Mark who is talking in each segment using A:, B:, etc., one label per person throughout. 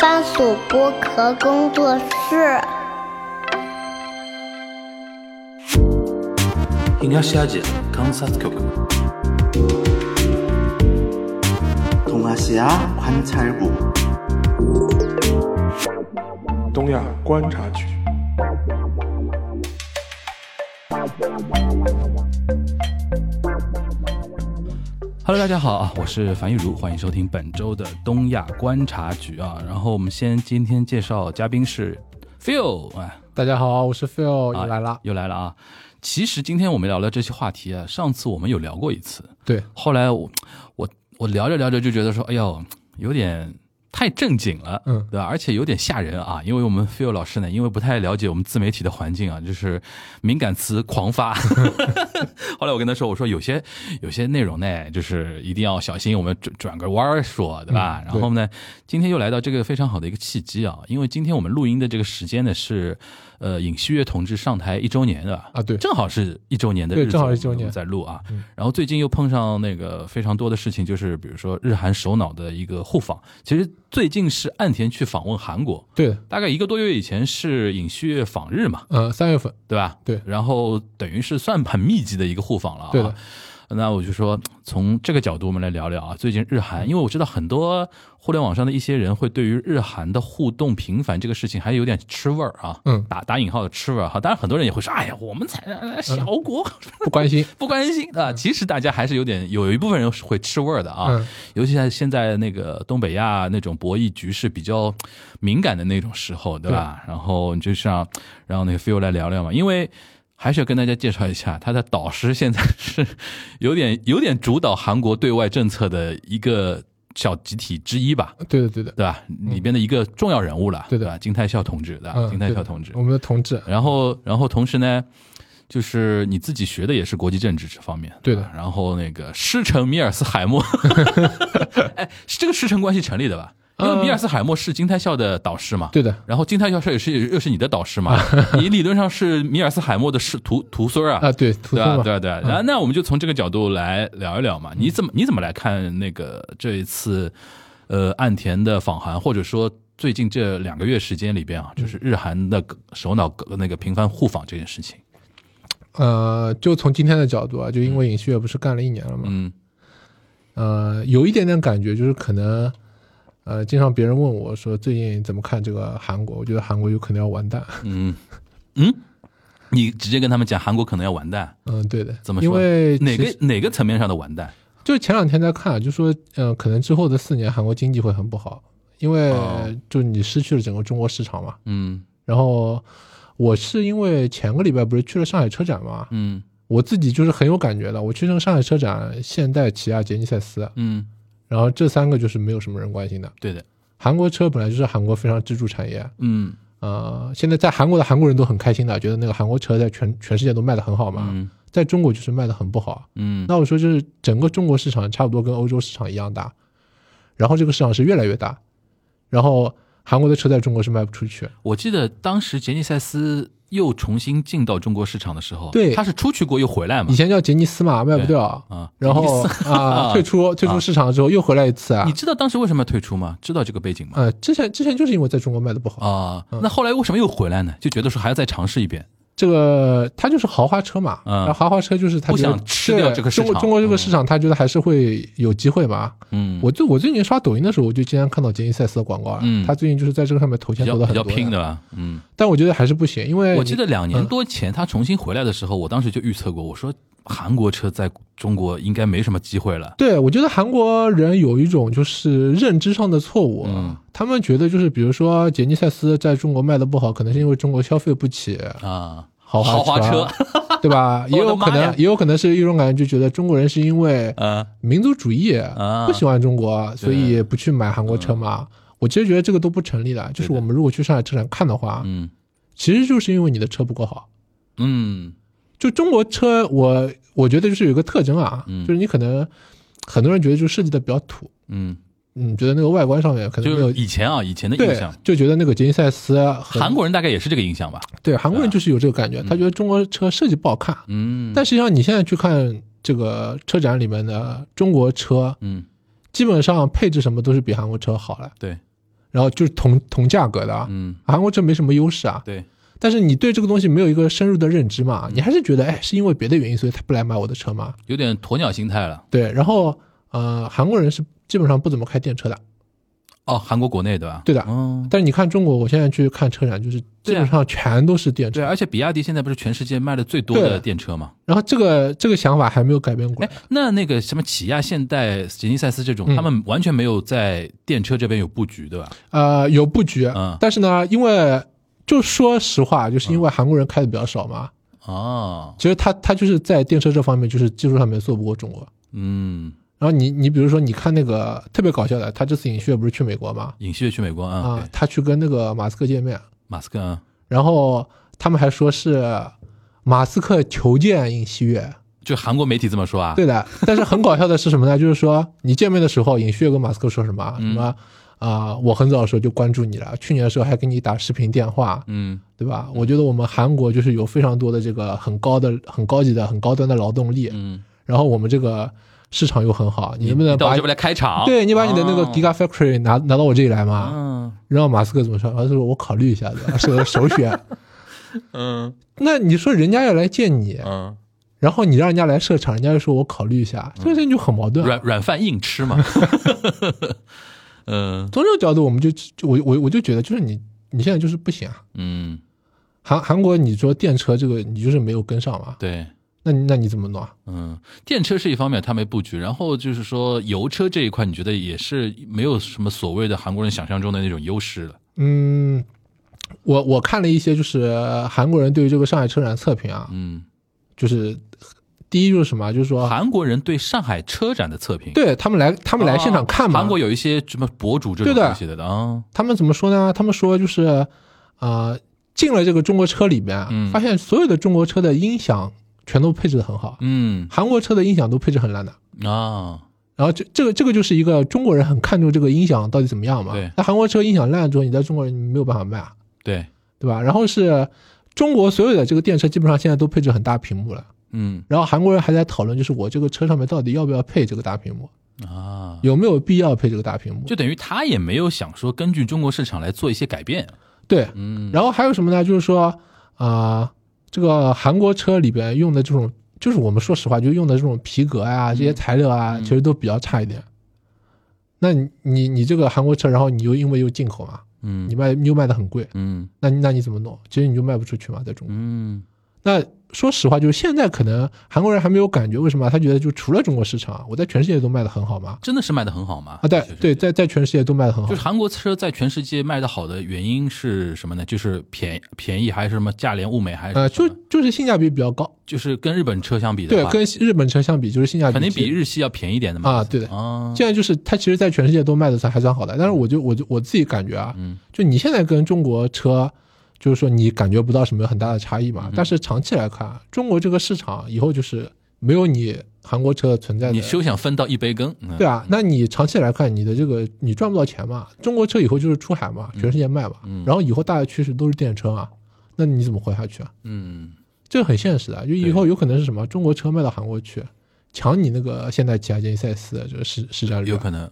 A: 番薯剥壳工作室。
B: 東アジア観察局
C: 동아시아관찰국
D: 东亚观察局。
E: Hello，大家好啊，我是樊玉茹，欢迎收听本周的东亚观察局啊。然后我们先今天介绍嘉宾是 Phil，哎，
F: 大家好，我是 Phil，又
E: 啊
F: 来啦。
E: 又来了啊。其实今天我们聊的这些话题啊，上次我们有聊过一次，
F: 对，
E: 后来我我我聊着聊着就觉得说，哎呦，有点太正经了，
F: 嗯
E: 对吧？而且有点吓人啊，因为我们 Phil 老师呢，因为不太了解我们自媒体的环境啊，就是敏感词狂发。 后来我跟他说，我说有些有些内容呢，就是一定要小心，我们转转个弯儿说，对吧？
F: 嗯
E: 然后呢，今天又来到这个非常好的一个契机啊，因为今天我们录音的这个时间呢是，呃，尹锡悦同志上台一周年的
F: 啊对
E: 正好是一周年的
F: 对
E: 日子，
F: 正好一周年
E: 我们在录啊。
F: 嗯
E: 然后最近又碰上那个非常多的事情，就是比如说日韩首脑的一个互访。其实最近是岸田去访问韩国，
F: 对的，
E: 大概一个多月以前是尹锡悦访日嘛，
F: 呃，三月份，
E: 对吧？
F: 对
E: 然后等于是算很密集的一个互访了、啊。
F: 对的，
E: 那我就说，从这个角度我们来聊聊啊，最近日韩，因为我知道很多互联网上的一些人会对于日韩的互动频繁这个事情还有点吃味儿啊，
F: 嗯
E: 打打引号的吃味儿哈。当然，很多人也会说，哎呀，我们才呃小国，
F: 不 关心
E: 不关心啊。其实大家还是有点有一部分人是会吃味儿的啊，
F: 嗯
E: 尤其在现在那个东北亚那种博弈局势比较敏感的那种时候，对吧？然后你就像让那个 Phil 来聊聊嘛，因为。还是要跟大家介绍一下，他的导师现在是有点有点主导韩国对外政策的一个小集体之一吧，
F: 对的，对的，
E: 对吧？里边的一个重要人物了，
F: 对的
E: 吧？金泰孝同志，对吧？
F: 嗯，
E: 金泰
F: 对
E: 孝
F: 的
E: 同志，
F: 我们的同志，
E: 然后，然后同时呢，就是你自己学的也是国际政治这方面，
F: 对的
E: 吧然后那个师承米尔斯海 默，哎，是这个师承关系成立的吧？因为米尔斯海默是金泰孝的导师嘛，
F: 呃对的，
E: 然后金泰孝也是又是你的导师 嘛，你理论上是米尔斯海默的师徒徒孙儿啊
F: 啊，对，图
E: 对
F: 孙
E: 啊，
F: 嘛，嗯
E: 对啊，对啊。然后那我们就从这个角度来聊一聊嘛。你怎么你怎么来看那个这一次呃岸田的访韩，或者说最近这两个月时间里边
F: 嗯
E: 啊，就是日韩的首脑那个频繁互访这件事情？
F: 呃，就从今天的角度啊，就因为尹锡悦不是干了一年了嘛，
E: 嗯
F: 呃，有一点点感觉，就是可能，呃，经常别人问我说最近怎么看这个韩国，我觉得韩国有可能要完蛋，
E: 嗯嗯，你直接跟他们讲韩国可能要完蛋，
F: 嗯，对的，
E: 怎么说？
F: 因为
E: 哪
F: 其实
E: 个哪个层面上的完蛋？
F: 就是前两天在看啊，就说，呃，可能之后的四年韩国经济会很不好，因为
E: 哦
F: 就你失去了整个中国市场嘛。
E: 嗯
F: 然后我是因为前个礼拜不是去了上海车展嘛，
E: 嗯
F: 我自己就是很有感觉的。我去那个上海车展，现代、起亚、杰尼赛斯，
E: 嗯，
F: 然后这三个就是没有什么人关心的。
E: 对的，
F: 韩国车本来就是韩国非常支柱产业，
E: 嗯
F: 呃，现在在韩国的韩国人都很开心的，觉得那个韩国车在全全世界都卖的很好嘛，
E: 嗯
F: 在中国就是卖的很不好。
E: 嗯
F: 那我说就是整个中国市场差不多跟欧洲市场一样大，然后这个市场是越来越大，然后韩国的车在中国是卖不出去，
E: 我记得当时杰尼赛斯又重新进到中国市场的时候，
F: 对
E: 他是出去过又回来嘛
F: 以？前叫杰尼斯嘛，卖不掉，
E: 啊，
F: 然后
E: 杰尼斯
F: 啊退出退出市场之后又回来一次啊
E: 你，知道当时为什么要退出吗？知道这个背景吗？
F: 呃之前之前就是因为在中国卖的不好，
E: 啊、那后来为什么又回来呢？就觉得说还要再尝试一遍。
F: 这个它就是豪华车嘛，
E: 嗯
F: 然后豪华车就是他
E: 不
F: 觉得
E: 想吃掉
F: 对
E: 这个市
F: 中国
E: 场
F: 中国这个市场他觉得还是会有机会嘛，
E: 嗯，
F: 我最我最近刷抖音的时候我就经常看到杰尼赛斯的广告啊
E: 嗯，
F: 他最近就是在这个上面投
E: 比
F: 钱
E: 较
F: 投的
E: 比
F: 很
E: 较
F: 多，
E: 拼的，吧？嗯，
F: 但我觉得还是不行，因为
E: 我
F: 你嗯
E: 记得两年多前他重新回来的时候，我当时就预测过，我说韩国车在中国应该没什么机会了。
F: 对，我觉得韩国人有一种就是认知上的错误，
E: 嗯
F: 他们觉得就是比如说杰尼赛斯在中国卖的不好，可能是因为中国消费不起
E: 啊，
F: 豪
E: 豪华
F: 车
E: 车，，
F: 对吧？也
E: 我的
F: 有
E: 妈
F: 可
E: 呀
F: 能，也有可能是一种感觉，就觉得中国人是因为
E: 呃，
F: 民族主义、
E: 啊嗯
F: 不喜欢中国，所以不去买韩国车嘛。我其实觉得这个都不成立的，就是我们如果去上海车展看的话，
E: 嗯
F: 其实就是因为你的车不够好。
E: 嗯
F: 就中国车，我我觉得就是有一个特征啊，
E: 嗯
F: 就是你可能很多人觉得就设计的比较土，
E: 嗯，
F: 嗯，觉得那个外观上面可能没
E: 就
F: 有
E: 是以前啊，以前的印
F: 对
E: 象，，
F: 就觉得那个杰尼赛斯很
E: 韩国人大啊嗯概也是这个印象吧？
F: 对韩国人就是有这个感觉，他觉得中国车设计不好看，
E: 嗯，
F: 但实际上你现在去看这个车展里面的中国车，
E: 嗯，
F: 基本上配置什么都是比韩国车好了。
E: 对，
F: 然后就是同同价格的啊，
E: 嗯，
F: 韩国车没什么优势啊。
E: 对，
F: 但是你对这个东西没有一个深入的认知嘛，你还是觉得哎是因为别的原因，所以他不来买我的车嘛？
E: 有点鸵鸟心态了。
F: 对，然后呃，韩国人是基本上不怎么开电车的，
E: 哦，韩国国内对吧？
F: 对的
E: 嗯，
F: 但是你看中国，我现在去看车展，就是基
E: 对啊
F: 本上全都是电车。
E: 对，而且比亚迪现在不是全世界卖的最多
F: 对
E: 的电车嘛？
F: 然后这个这个想法还没有改变过
E: 哎
F: 来。，
E: 那那个什么起亚、现代、吉尼赛斯这种，
F: 嗯
E: 他们完全没有在电车这边有布局，对吧？
F: 呃，有布局，
E: 嗯
F: 但是呢，因为就说实话，就是因为韩国人开的比较少嘛，
E: 哦，
F: 其实他他就是在电车这方面，就是技术上面做不过中国。
E: 嗯，
F: 然后你你比如说，你看那个特别搞笑的，他这次尹旭不是去美国嘛？
E: 尹锡悦去美国啊，
F: 啊，他去跟那个马斯克见面，
E: 马斯克啊，
F: 然后他们还说是马斯克求见尹锡悦，
E: 就韩国媒体这么说啊，
F: 对的。但是很搞笑的是什么呢？就是说你见面的时候，尹旭跟马斯克说什么
E: 嗯
F: 啊什么啊、我很早的时候就关注你了，去年的时候还给你打视频电话，
E: 嗯，
F: 对吧？我觉得我们韩国就是有非常多的这个很高的、很高级的、很高端的劳动力，
E: 嗯，
F: 然后我们这个市场又很好，你能不能
E: 你到我
F: 把
E: 这边来哦开场？
F: 对你把你的那个 Giga Factory 拿拿到我这里来嘛？
E: 嗯，
F: 然后马斯克怎么说？他说我考虑一下子，是我的首 选。
D: 嗯
F: 那你说人家要来见你，
D: 嗯，
F: 然后你让人家来设厂，人家又说我考虑一下，这个事情就很矛盾。
E: 软软饭硬吃嘛， 嗯
F: 从这个角度，我们就就我我我就觉得，就是你你现在就是不行啊。
E: 嗯，
F: 韩韩国，你说电车这个你就是没有跟上嘛？
E: 对。
F: 那你那你怎么弄啊？
E: 嗯，电车是一方面，它没布局，然后就是说油车这一块，你觉得也是没有什么所谓的韩国人想象中的那种优势了。
F: 嗯，我我看了一些就是韩国人对于这个上海车展测评啊，
E: 嗯，
F: 就是第一就是什么啊，就是说
E: 韩国人对上海车展的测评，
F: 对他们来他
E: 他
F: 们来现场看嘛，
E: 哦韩国有一些什么博主这种
F: 对的
E: 东西的啊，
F: 他们怎么说呢？他们说就是啊、呃进了这个中国车里面，
E: 嗯
F: 发现所有的中国车的音响全都配置的很好，
E: 嗯
F: 韩国车的音响都配置很烂的。
E: 啊，
F: 然后这这个这个就是一个中国人很看重这个音响到底怎么样嘛。
E: 对
F: 那韩国车音响烂了之后，你在中国人没有办法卖啊，
E: 对，
F: 对吧？然后是中国所有的这个电车基本上现在都配置很大屏幕了。
E: 嗯
F: 然后韩国人还在讨论，就是我这个车上面到底要不要配这个大屏幕，
E: 啊，
F: 有没有必要配这个大屏幕？
E: 就等于他也没有想说根据中国市场来做一些改变。
F: 对。
E: 嗯，
F: 然后还有什么呢？就是说啊、这个韩国车里边用的这种，就是我们说实话，就用的这种皮革啊，这些材料
E: 嗯
F: 啊，其实都比较差一点。那你你你这个韩国车，然后你又因为又进口嘛，
E: 嗯
F: 你卖又卖的很贵，
E: 嗯
F: 那你那你怎么弄？其实你就卖不出去嘛，在中国。
E: 嗯
F: 那说实话，就是现在可能韩国人还没有感觉，为什么？他觉得就除了中国市场，我在全世界都卖的很好嘛。
E: 真的是卖的很好吗？
F: 啊，对
E: 就是
F: 对，在在全世界都卖的很好
E: 就是。韩国车在全世界卖的好的原因是什么呢？就是便宜便宜还是什么价廉物美还是什么
F: 呃，就就是性价比比较高，
E: 就是跟日本车相比的
F: 对，
E: 话，
F: 跟日本车相比，就是性价比
E: 肯定
F: 其实
E: 比日系要便宜一点的嘛。
F: 啊，对的。
E: 啊，
F: 现在就是它其实，在全世界都卖的算还算好的，但是我就我就我自己感觉啊，
E: 嗯
F: 就你现在跟中国车，就是说你感觉不到什么很大的差异
E: 嗯
F: 嘛。但是长期来看，啊中国这个市场以后就是没有你韩国车存在的
E: 你休想分到一杯羹。嗯
F: 对，啊，那你长期来看，你的这个你赚不到钱嘛？中国车以后就是出海嘛，全世界卖嘛，
E: 嗯
F: 然后以后大的趋势都是电车嘛，那你怎么活下去啊？
E: 嗯，
F: 这很现实的，啊就以后有可能是什么中国车卖到韩国去，抢你那个现代起亚杰尼赛斯这个市市占率，啊
E: 有可能，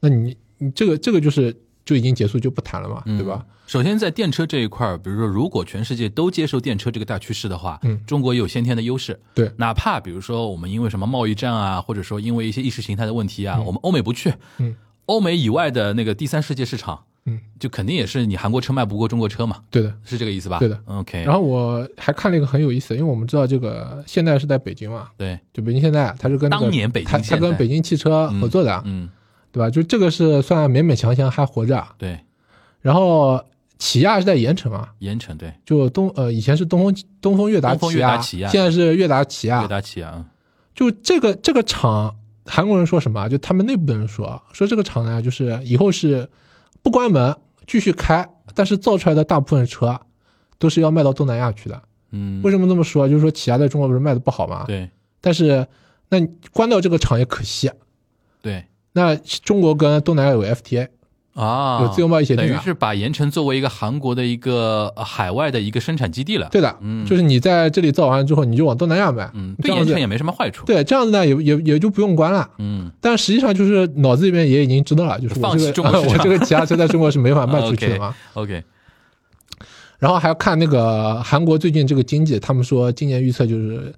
F: 那你你这个这个就是就已经结束就不谈了嘛，对吧？
E: 嗯？首先，在电车这一块儿，比如说，如果全世界都接受电车这个大趋势的话，
F: 嗯
E: 中国有先天的优势。
F: 对
E: 哪怕比如说我们因为什么贸易战啊，或者说因为一些意识形态的问题啊，我们欧美不去，
F: 嗯，
E: 欧美以外的那个第三世界市场，
F: 嗯，
E: 就肯定也是你韩国车卖不过中国车嘛，
F: 对的。
E: 是这个意思吧？
F: 对的
E: OK，
F: 然后我还看了一个很有意思的，因为我们知道这个现代是在北京嘛，
E: 对，
F: 就北京现代，啊它是跟、那个、
E: 当年北京
F: 它它
E: 现代
F: 跟北京汽车合作的，啊
E: 嗯，
F: 对吧？就这个是算勉勉强强还活着啊。
E: 对，
F: 然后起亚是在盐城啊，
E: 盐城对，
F: 就东呃以前是东风东风悦达
E: 东风
F: 起
E: 悦达
F: 亚，
E: 起亚
F: 现在是悦达起
E: 悦
F: 亚。
E: 达起亚，
F: 就这个这个厂，韩国人说什么啊？就他们内部的人说，说这个厂呢，就是以后是不关门继续开，但是造出来的大部分车啊都是要卖到东南亚去的。
E: 嗯，
F: 为什么这么说？啊就是说起亚在中国不是卖的不好嘛？。
E: 对
F: 但是那你关掉这个厂也可惜啊，
E: 对，
F: 那中国跟东南亚有 FTA，
E: 啊，
F: 有自由贸易协定
E: 等于
F: 的
E: 是把盐城作为一个韩国的一个呃海外的一个生产基地了。
F: 对的，就是你在这里造完之后，你就往东南亚卖，
E: 嗯，
F: 这
E: 对
F: 样
E: 盐
F: 子
E: 城也没什么坏处。，
F: 对这样子呢，也也也就不用关了。
E: 嗯，
F: 但实际上就是脑子里面也已经知道了，就是我
E: 放弃
F: 这
E: 中
F: 个
E: 国市
F: 我
E: 场哦
F: 这个起亚车在中国是没法卖出去 的嘛。
E: OK，
F: 然后还要看那个韩国最近这个经济，他们说今年预测就是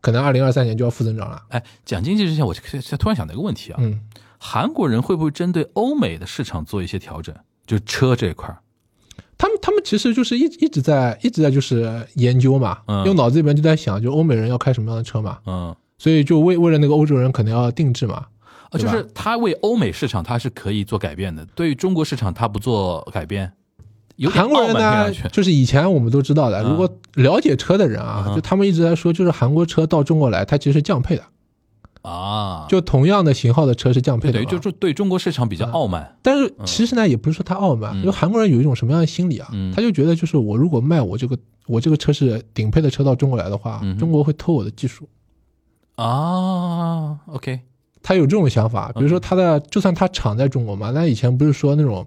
F: 可能二零二三年就要负增长了。
E: 哎，讲经济之前，我就突然想到一个问题啊，
F: 嗯，
E: 韩国人会不会针对欧美的市场做一些调整？就车这一块儿，
F: 他们他们其实就是一一直在一直在就是研究嘛，
E: 嗯
F: 因为脑子里面就在想，就欧美人要开什么样的车嘛，
E: 嗯，
F: 所以就为为了那个欧洲人可能要定制嘛。
E: 啊，
F: 对
E: 就
F: 吧
E: 是他为欧美市场他是可以做改变的，对于中国市场他不做改变，有点
F: 韩国
E: 傲
F: 人
E: 慢
F: 呢
E: 听上，去
F: 就是以前我们都知道的，
E: 嗯
F: 如果了解车的人
E: 嗯，
F: 啊
E: 哼
F: 就他们一直在说，就是韩国车到中国来，它其实是降配的，
E: 嗯啊，
F: 就同样的型号的车是降配
E: 对
F: 嗯的
E: 等
F: 嘛。
E: 于就是对中国市场比较傲慢，
F: 但是其实呢，也不是说他傲慢，因为韩国人有一种什么样的心理啊？
E: 嗯
F: 他就觉得就是我如果卖我这个我这个车是顶配的车到中国来的话，
E: 嗯哼
F: 中国会偷我的技术。
E: 啊，OK，
F: 他有这种想
E: 嗯
F: 法，比如说他的就算他厂在中国嘛，那以前不是说那种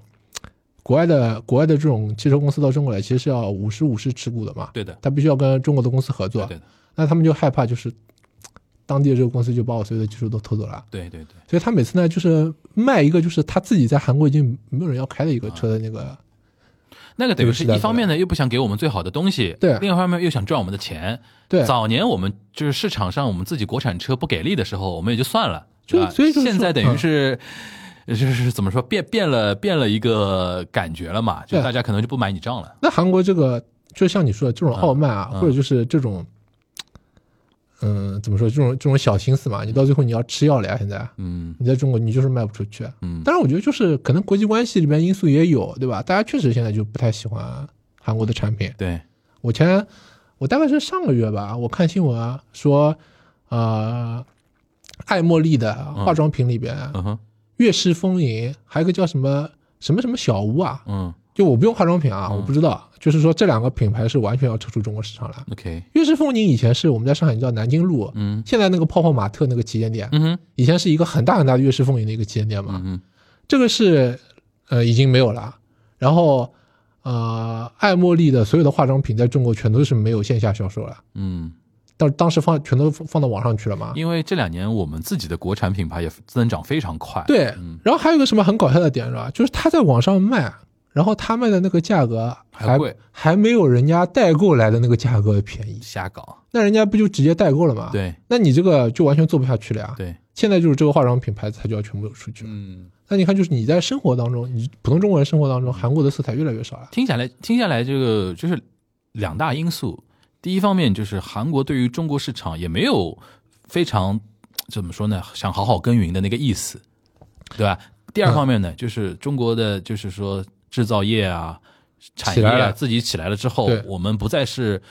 F: 国外的国外的这种汽车公司到中国来，其实是要五十五十持股的嘛，
E: 对的，
F: 他必须要跟中国的公司合
E: 对
F: 作。
E: 的，
F: 那他们就害怕就是当地的这个公司就把我所有的技术都偷走了。
E: 对对对，
F: 所以他每次呢，就是卖一个就是他自己在韩国已经没有人要开的一个车的那
E: 啊
F: 个，
E: 那个等于是
F: 这个时代
E: 一方面呢，又不想给我们最好的东西，
F: 对
E: 另一方面又想赚我们的钱。
F: 对，
E: 早年我们就是市场上我们自己国产车不给力的时候，我们也就算了，
F: 就
E: 对吧
F: 所以就是说
E: 现在等于
F: 嗯
E: 是。就是怎么说变变了变了一个感觉了嘛，就
F: 对
E: 大家可能就不买你账了。
F: 那韩国这个，就像你说的这种傲慢啊，
E: 嗯嗯
F: 或者就是这种，嗯，怎么说？这种这种小心思嘛，你到最后你要吃药了呀！现在
E: 嗯
F: 你在中国，你就是卖不出去。啊
E: 嗯
F: 当然，我觉得就是可能国际关系里面因素也有，对吧？大家确实现在就不太喜欢啊韩国的产品。
E: 对，
F: 我前我大概是上个月吧，我看新闻啊，说，呃，爱茉莉的化妆品里边，啊
E: 嗯哼，
F: 悦诗风吟，还有一个叫什么什么什么小屋啊，
E: 嗯
F: 就我不用化妆品啊，我不知道，就是说这两个品牌是完全要撤出中国市场了。
E: ，OK，
F: 悦诗风吟以前是我们在上海叫南京路，
E: 嗯
F: 现在那个泡泡玛特那个旗舰店，
E: 嗯哼，
F: 以前是一个很大很大的悦诗风吟的一个旗舰店嘛，
E: 嗯哼，
F: 这个是呃已经没有了。然后呃，爱茉莉的所有的化妆品在中国全都是没有线下销售了，
E: 嗯，
F: 但当时放全都放到网上去了嘛。
E: 因为这两年我们自己的国产品牌也增长非常快。，嗯
F: 对，然后还有一个什么很搞笑的点是吧？就是他在网上卖，然后他卖的那个价格
E: 还
F: 还
E: 贵
F: 还没有人家代购来的那个价格便宜，
E: 瞎搞。
F: 那人家不就直接代购了吗？，
E: 对
F: 那你这个就完全做不下去了呀。，
E: 对，
F: 现在就是这个化妆品牌子它就要全部出去了。
E: 嗯，
F: 那你看，就是你在生活当中，你普通中国人生活当中，韩国的色彩越来越少了。
E: 听下来，听下来，这个就是两大因素。第一方面就是韩国对于中国市场也没有非常怎么说呢，想好好耕耘的那个意思，对吧？第二方面呢，就是中国的就是说制造业啊、产业
F: 起来
E: 啊
F: 了
E: 自己起来了之后
F: 对，
E: 我们不再是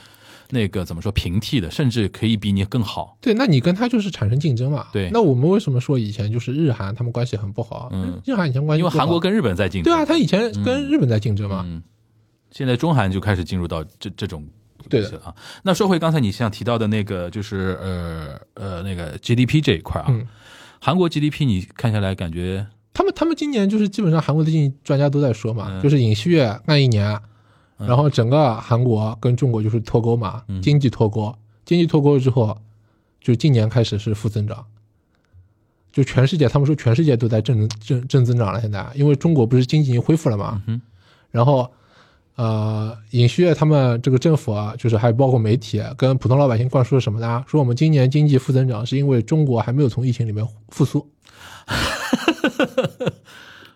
E: 那个怎么说平替的，甚至可以比你更好。
F: 对，那你跟他就是产生竞争嘛。
E: 对
F: 那我们为什么说以前就是日韩他们关系很不好？
E: 嗯
F: 日韩以前关系
E: 因为
F: 不好
E: 韩国跟日本在竞争，
F: 对啊，啊他以前跟日本在竞争嘛。
E: 嗯，现在中韩就开始进入到这这种
F: 对
E: 是
F: 的，
E: 啊。那说回刚才你像提到的那个，就是呃呃那个 GDP 这一块啊，
F: 嗯
E: 韩国 GDP 你看下来感觉
F: 他们他们今年就是基本上韩国的经济专家都在说嘛，
E: 嗯
F: 就是尹锡悦干一年，然后整个韩国跟中国就是脱钩嘛，
E: 嗯
F: 经济脱钩，经济脱钩之后，就今年开始是负增长。就全世界，他们说全世界都在正正正增长了，现在，因为中国不是经济已经恢复了嘛，
E: 嗯哼
F: 然后，呃，尹锡悦他们这个政府啊，就是还包括媒体跟普通老百姓灌输了什么呢？说我们今年经济负增长是因为中国还没有从疫情里面复苏，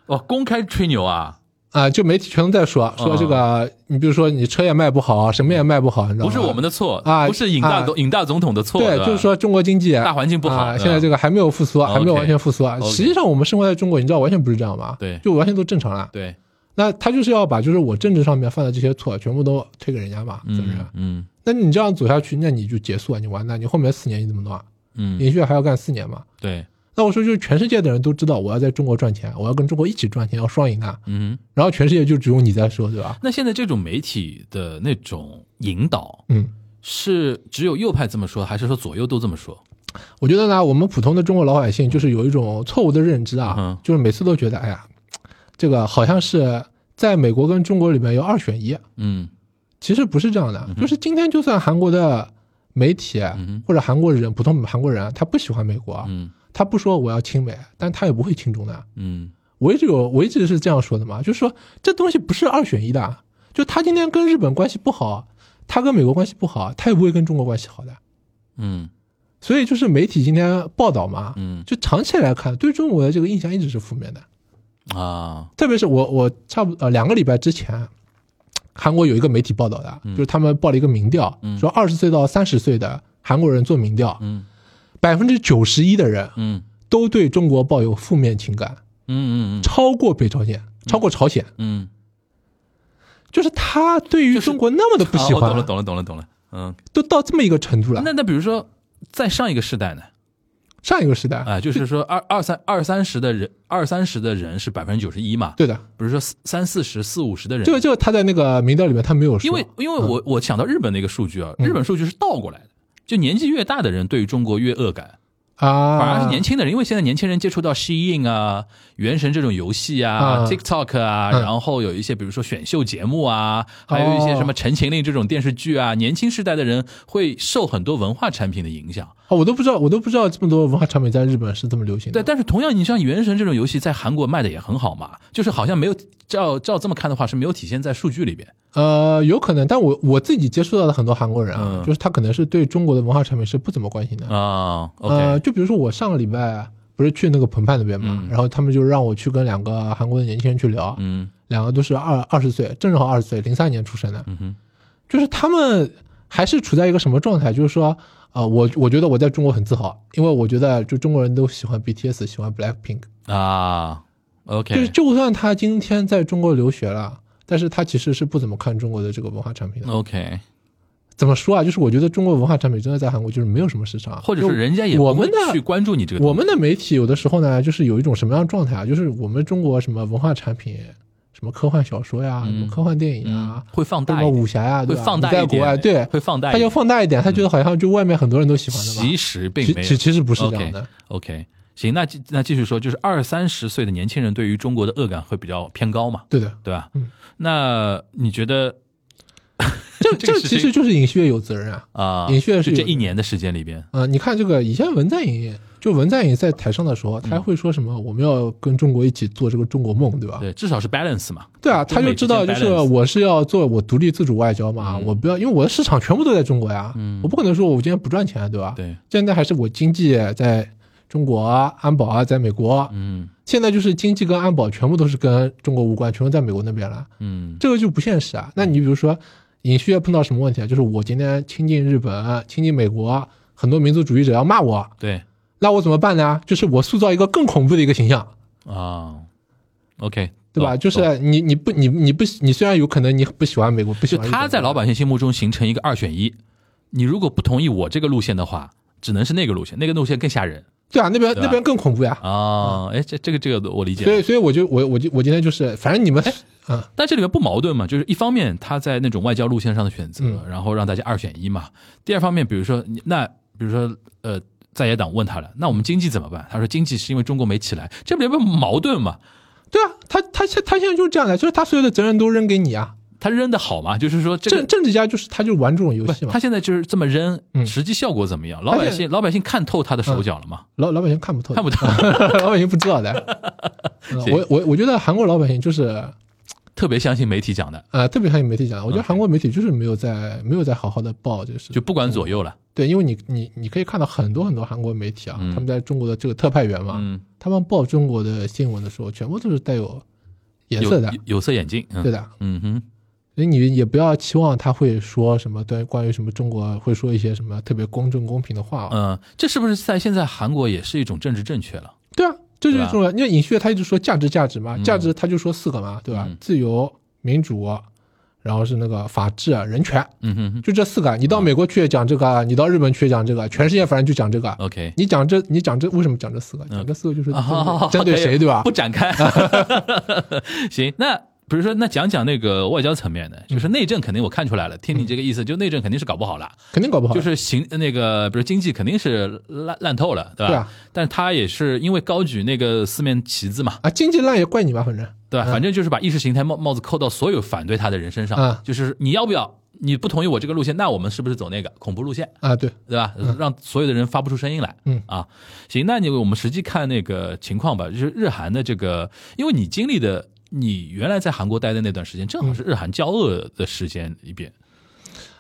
E: 哦，公开吹牛啊，
F: 啊、就媒体全都在说说这个，你比如说你车也卖不好，什么也卖不好，你知道吗？
E: 不是我们
F: 的
E: 的错
F: 啊
E: 不是尹大
F: 啊
E: 总尹大总统的错，
F: 对，
E: 吧
F: 就是说中国经济
E: 大环境不好对
F: 啊
E: 吧
F: 现在这个还没有复苏，还没有
E: OK，
F: 完全复苏啊。
E: OK
F: 实际上我们生活在中国，你知道完全不是这样吧？
E: 对
F: 就完全都正常了。
E: 对，
F: 那他就是要把就是我政治上面犯的这些错全部都推给人家嘛，责任。
E: 嗯嗯
F: 那你这样走下去，那你就结束啊，你完蛋，你后面四年你怎么弄啊？
E: 嗯，
F: 连续还要干四年嘛？
E: 对，
F: 那我说就是全世界的人都知道我要在中国赚钱，我要跟中国一起赚钱，要双赢啊。
E: 嗯哼。
F: 然后全世界就只有你在说，对吧？
E: 那现在这种媒体的那种引导，
F: 嗯。
E: 是只有右派这么说，还是说左右都这么说？
F: 我觉得呢，我们普通的中国老百姓就是有一种错误的认知啊，
E: 嗯
F: 就是每次都觉得，哎呀，这个好像是在美国跟中国里面有二选一，啊
E: 嗯
F: 其实不是这样的，就是今天就算韩国的媒体啊
E: 嗯哼
F: 或者韩国人普通韩国人他不喜欢美国，啊
E: 嗯
F: 他不说我要亲美，但他也不会亲中的。啊
E: 嗯
F: 我一直有我一直是这样说的嘛，就是说这东西不是二选一的，啊就他今天跟日本关系不好，他跟美国关系不好，他也不会跟中国关系好的。
E: 嗯
F: 所以就是媒体今天报道嘛，
E: 嗯
F: 就长期来看，对中国的这个印象一直是负面的。
E: 啊，
F: 特别是我我差不多呃两个礼拜之前，韩国有一个媒体报道的，
E: 嗯
F: 就是他们报了一个民调，说二十岁到三十岁的韩国人做民调，
E: 嗯
F: 百分之九十一的人
E: 嗯
F: 都对中国抱有负面情感，
E: 嗯嗯嗯
F: 超过北朝鲜，超过朝鲜，
E: 嗯，
F: 就是他对于中国那么的不喜
E: 啊我
F: 欢，
E: 懂了懂了懂了懂了，嗯，
F: 都到这么一个程度了。
E: 那那比如说在上一个世代呢，
F: 上一个时代，
E: 啊，就是说二二三二三十的人，二三十的人是百分之九十一嘛，
F: 对的，
E: 比如说四三四十四五十的人，
F: 这个这个他在那个民调里面他没有说，
E: 因为因为我我想到日本的一个数据啊，
F: 嗯
E: 日本数据是倒过来的，就年纪越大的人对于中国越恶感，
F: 啊，
E: 反而是年轻的人，因为现在年轻人接触到 Shein 啊、原神这种游戏啊、
F: 啊
E: TikTok 啊，
F: 嗯
E: 然后有一些比如说选秀节目啊，还有一
F: 哦
E: 些什么《陈情令》这种电视剧啊，年轻世代的人会受很多文化产品的影响。
F: 哦，我都不知道，我都不知道这么多文化产品在日本是这么流行
E: 对，
F: 的。
E: 但是同样，你像《原神》这种游戏在韩国卖的也很好嘛，就是好像没有照照这么看的话是没有体现在数据里边。
F: 呃，有可能，但我我自己接触到的很多韩国人啊，
E: 嗯
F: 就是他可能是对中国的文化产品是不怎么关心的。
E: 啊
F: 呃，
E: ，OK，
F: 就比如说我上个礼拜不是去那个澎湃那边嘛，
E: 嗯
F: 然后他们就让我去跟两个韩国的年轻人去聊，
E: 嗯
F: 两个都是二二十岁，正好二十岁，零三年出生的，
E: 嗯哼，
F: 就是他们还是处在一个什么状态？就是说，呃，我我觉得我在中国很自豪，因为我觉得就中国人都喜欢 BTS，喜欢 Blackpink，
E: 啊
F: 就是
E: ，OK，OK，、
F: 就算他今天在中国留学了，但是他其实是不怎么看中国的这个文化产品的。怎么说啊？就是我觉得中国文化产品真的在韩国就是没有什么市场，啊
E: 或者是人家也
F: 就我
E: 不会
F: 们的
E: 去关注你这个东西。
F: 我们的媒体有的时候呢，就是有一种什么样的状态啊？就是我们中国什么文化产品，什么科幻小说呀，什么科幻电影
E: 嗯
F: 啊，，
E: 会放
F: 什
E: 大
F: 么
E: 一点，
F: 武侠呀，
E: 会
F: 对吧
E: 放大
F: 你在
E: 一
F: 国
E: 点，
F: 外对，
E: 会放大一
F: 他
E: 点，
F: 要放大一点，他觉得好像就外面很多人都喜欢的
E: 其
F: 吧？
E: 实并
F: 其
E: 没
F: 其
E: 有。
F: 其实不是这样的
E: OK，OK，行，那继那继续说，就是二三十岁的年轻人对于中国的恶感会比较偏高嘛，
F: 对 的，
E: 对吧？
F: 嗯
E: 那你觉得
F: 这
E: 这个
F: 这
E: 事
F: 其
E: 情
F: 实就是尹锡悦有责任啊。
E: 啊，
F: 尹旭也
E: 就
F: 是有
E: 这
F: 的
E: 一年的时间里边，
F: 啊、你看这个以前文在寅，就文在寅在台上的时候，他还会说什么我们要跟中国一起做这个中国梦，对吧？
E: 嗯对，至少是 balance 嘛，
F: 啊对啊，
E: 中
F: 他就
E: 美
F: 知
E: 之
F: 道
E: 间
F: 就是
E: balance
F: 我是要做我独立自主外交嘛，
E: 嗯
F: 我不要因为我的市场全部都在中国呀，我不可能说我今天不赚钱，对吧？，
E: 对，
F: 现在还是我经济在中国，安保啊在美国，
E: 嗯
F: 现在就是经济跟安保全部都是跟中国无关，全部在美国那边了，
E: 嗯
F: 这个就不现实啊。那你比如说尹旭碰到什么问题啊？就是我今天亲近日本，亲近美国，很多民族主义者要骂我，
E: 对
F: 那我怎么办呢？就是我塑造一个更恐怖的一个形象。
E: 啊，OK，
F: 对吧？
E: 懂
F: 就
E: 懂
F: 是你你不你你不你虽然有可能你不喜欢美国，不喜
E: 就
F: 欢日
E: 他
F: 本
E: 在老百姓心目中形成一个二选一，你如果不同意我这个路线的话，只能是那个路线，那个路线更吓人
F: 对啊，那边
E: 对吧
F: 那边更恐怖呀。
E: 啊！
F: 嗯
E: 哎，这这个这个我理解，哎
F: 所以所以我就我我就我今天就是，反正你们啊
E: 但这里面不矛盾嘛，就是一方面他在那种外交路线上的选择，
F: 嗯
E: 然后让大家二选一嘛。第二方面，比如说你那，比如说呃，在野党问他了，那我们经济怎么办？他说经济是因为中国没起来，这里面不矛盾嘛？
F: 对啊，他他现他现在就是这样的，就是他所有的责任都扔给你啊。
E: 他扔的好嘛？就是说这
F: 政
E: 个。
F: 政治家就是他就玩这种游
E: 不
F: 戏，嘛
E: 他，现在就是这么扔，
F: 嗯
E: 实际效果怎么样？老
F: 他
E: 百
F: 现在
E: 姓老百姓看透他的手脚了吗？
F: 老老百姓看不透的，
E: 看不透，
F: 老百姓不知道 的。嗯
E: 行
F: 我我我觉得韩国老百姓就是
E: 特别相信媒体讲的，
F: 呃，特别像媒体讲的，我觉得韩国媒体就是没有在没有在好好的报这个事情，
E: 就不管左右了。
F: 对，因为你你你可以看到很多很多韩国媒体啊，
E: 嗯
F: 他们在中国的这个特派员嘛，
E: 嗯，
F: 他们报中国的新闻的时候，全部都是带有颜
E: 有
F: 色的，
E: 有有色眼镜，嗯
F: 对，的。
E: 嗯哼，
F: 所以你也不要期望他会说什么对关于什么中国会说一些什么特别公正公平的话、啊。
E: 嗯，这是不是在现在韩国也是一种政治正确了？
F: 对啊，这就
E: 对
F: 是
E: 吧
F: 重要。因为尹旭他一直说价值价值嘛，
E: 嗯
F: 价值他就说四个嘛，对吧？
E: 嗯
F: 自由、民主，然后是那个法治、啊人权，
E: 嗯哼哼
F: 就这四个。你到美国去也讲这个，啊你到日本去也讲这个，啊全世界反正就讲这个。啊
E: ，OK，
F: 你讲这，你讲这，为什么讲这
E: 嗯
F: 四个？讲这四个就是针对
E: 啊，
F: 针对谁，对吧
E: 不？展开。行，那比如说，那讲讲那个外交层面的，就是内政肯定我看出来了，听你这个意思，就内政肯定是搞不好了，
F: 肯定搞不好。
E: 就是行那个，比如经济肯定是烂烂透了，对吧？
F: 对啊
E: 但他也是因为高举那个四面旗子嘛，
F: 啊，经济烂也怪你吧，反正
E: 对吧？反正就是把意识形态帽帽子扣到所有反对他的人身上，
F: 嗯
E: 就是你要不要？你不同意我这个路线，那我们是不是走那个恐怖路线？
F: 啊，对，
E: 对吧？让所有的人发不出声音来。
F: 嗯
E: 啊，行，那你我们实际看那个情况吧，就是日韩的这个，因为你经历的，你原来在韩国待的那段时间，正
F: 嗯
E: 好是日韩交恶的时间里边。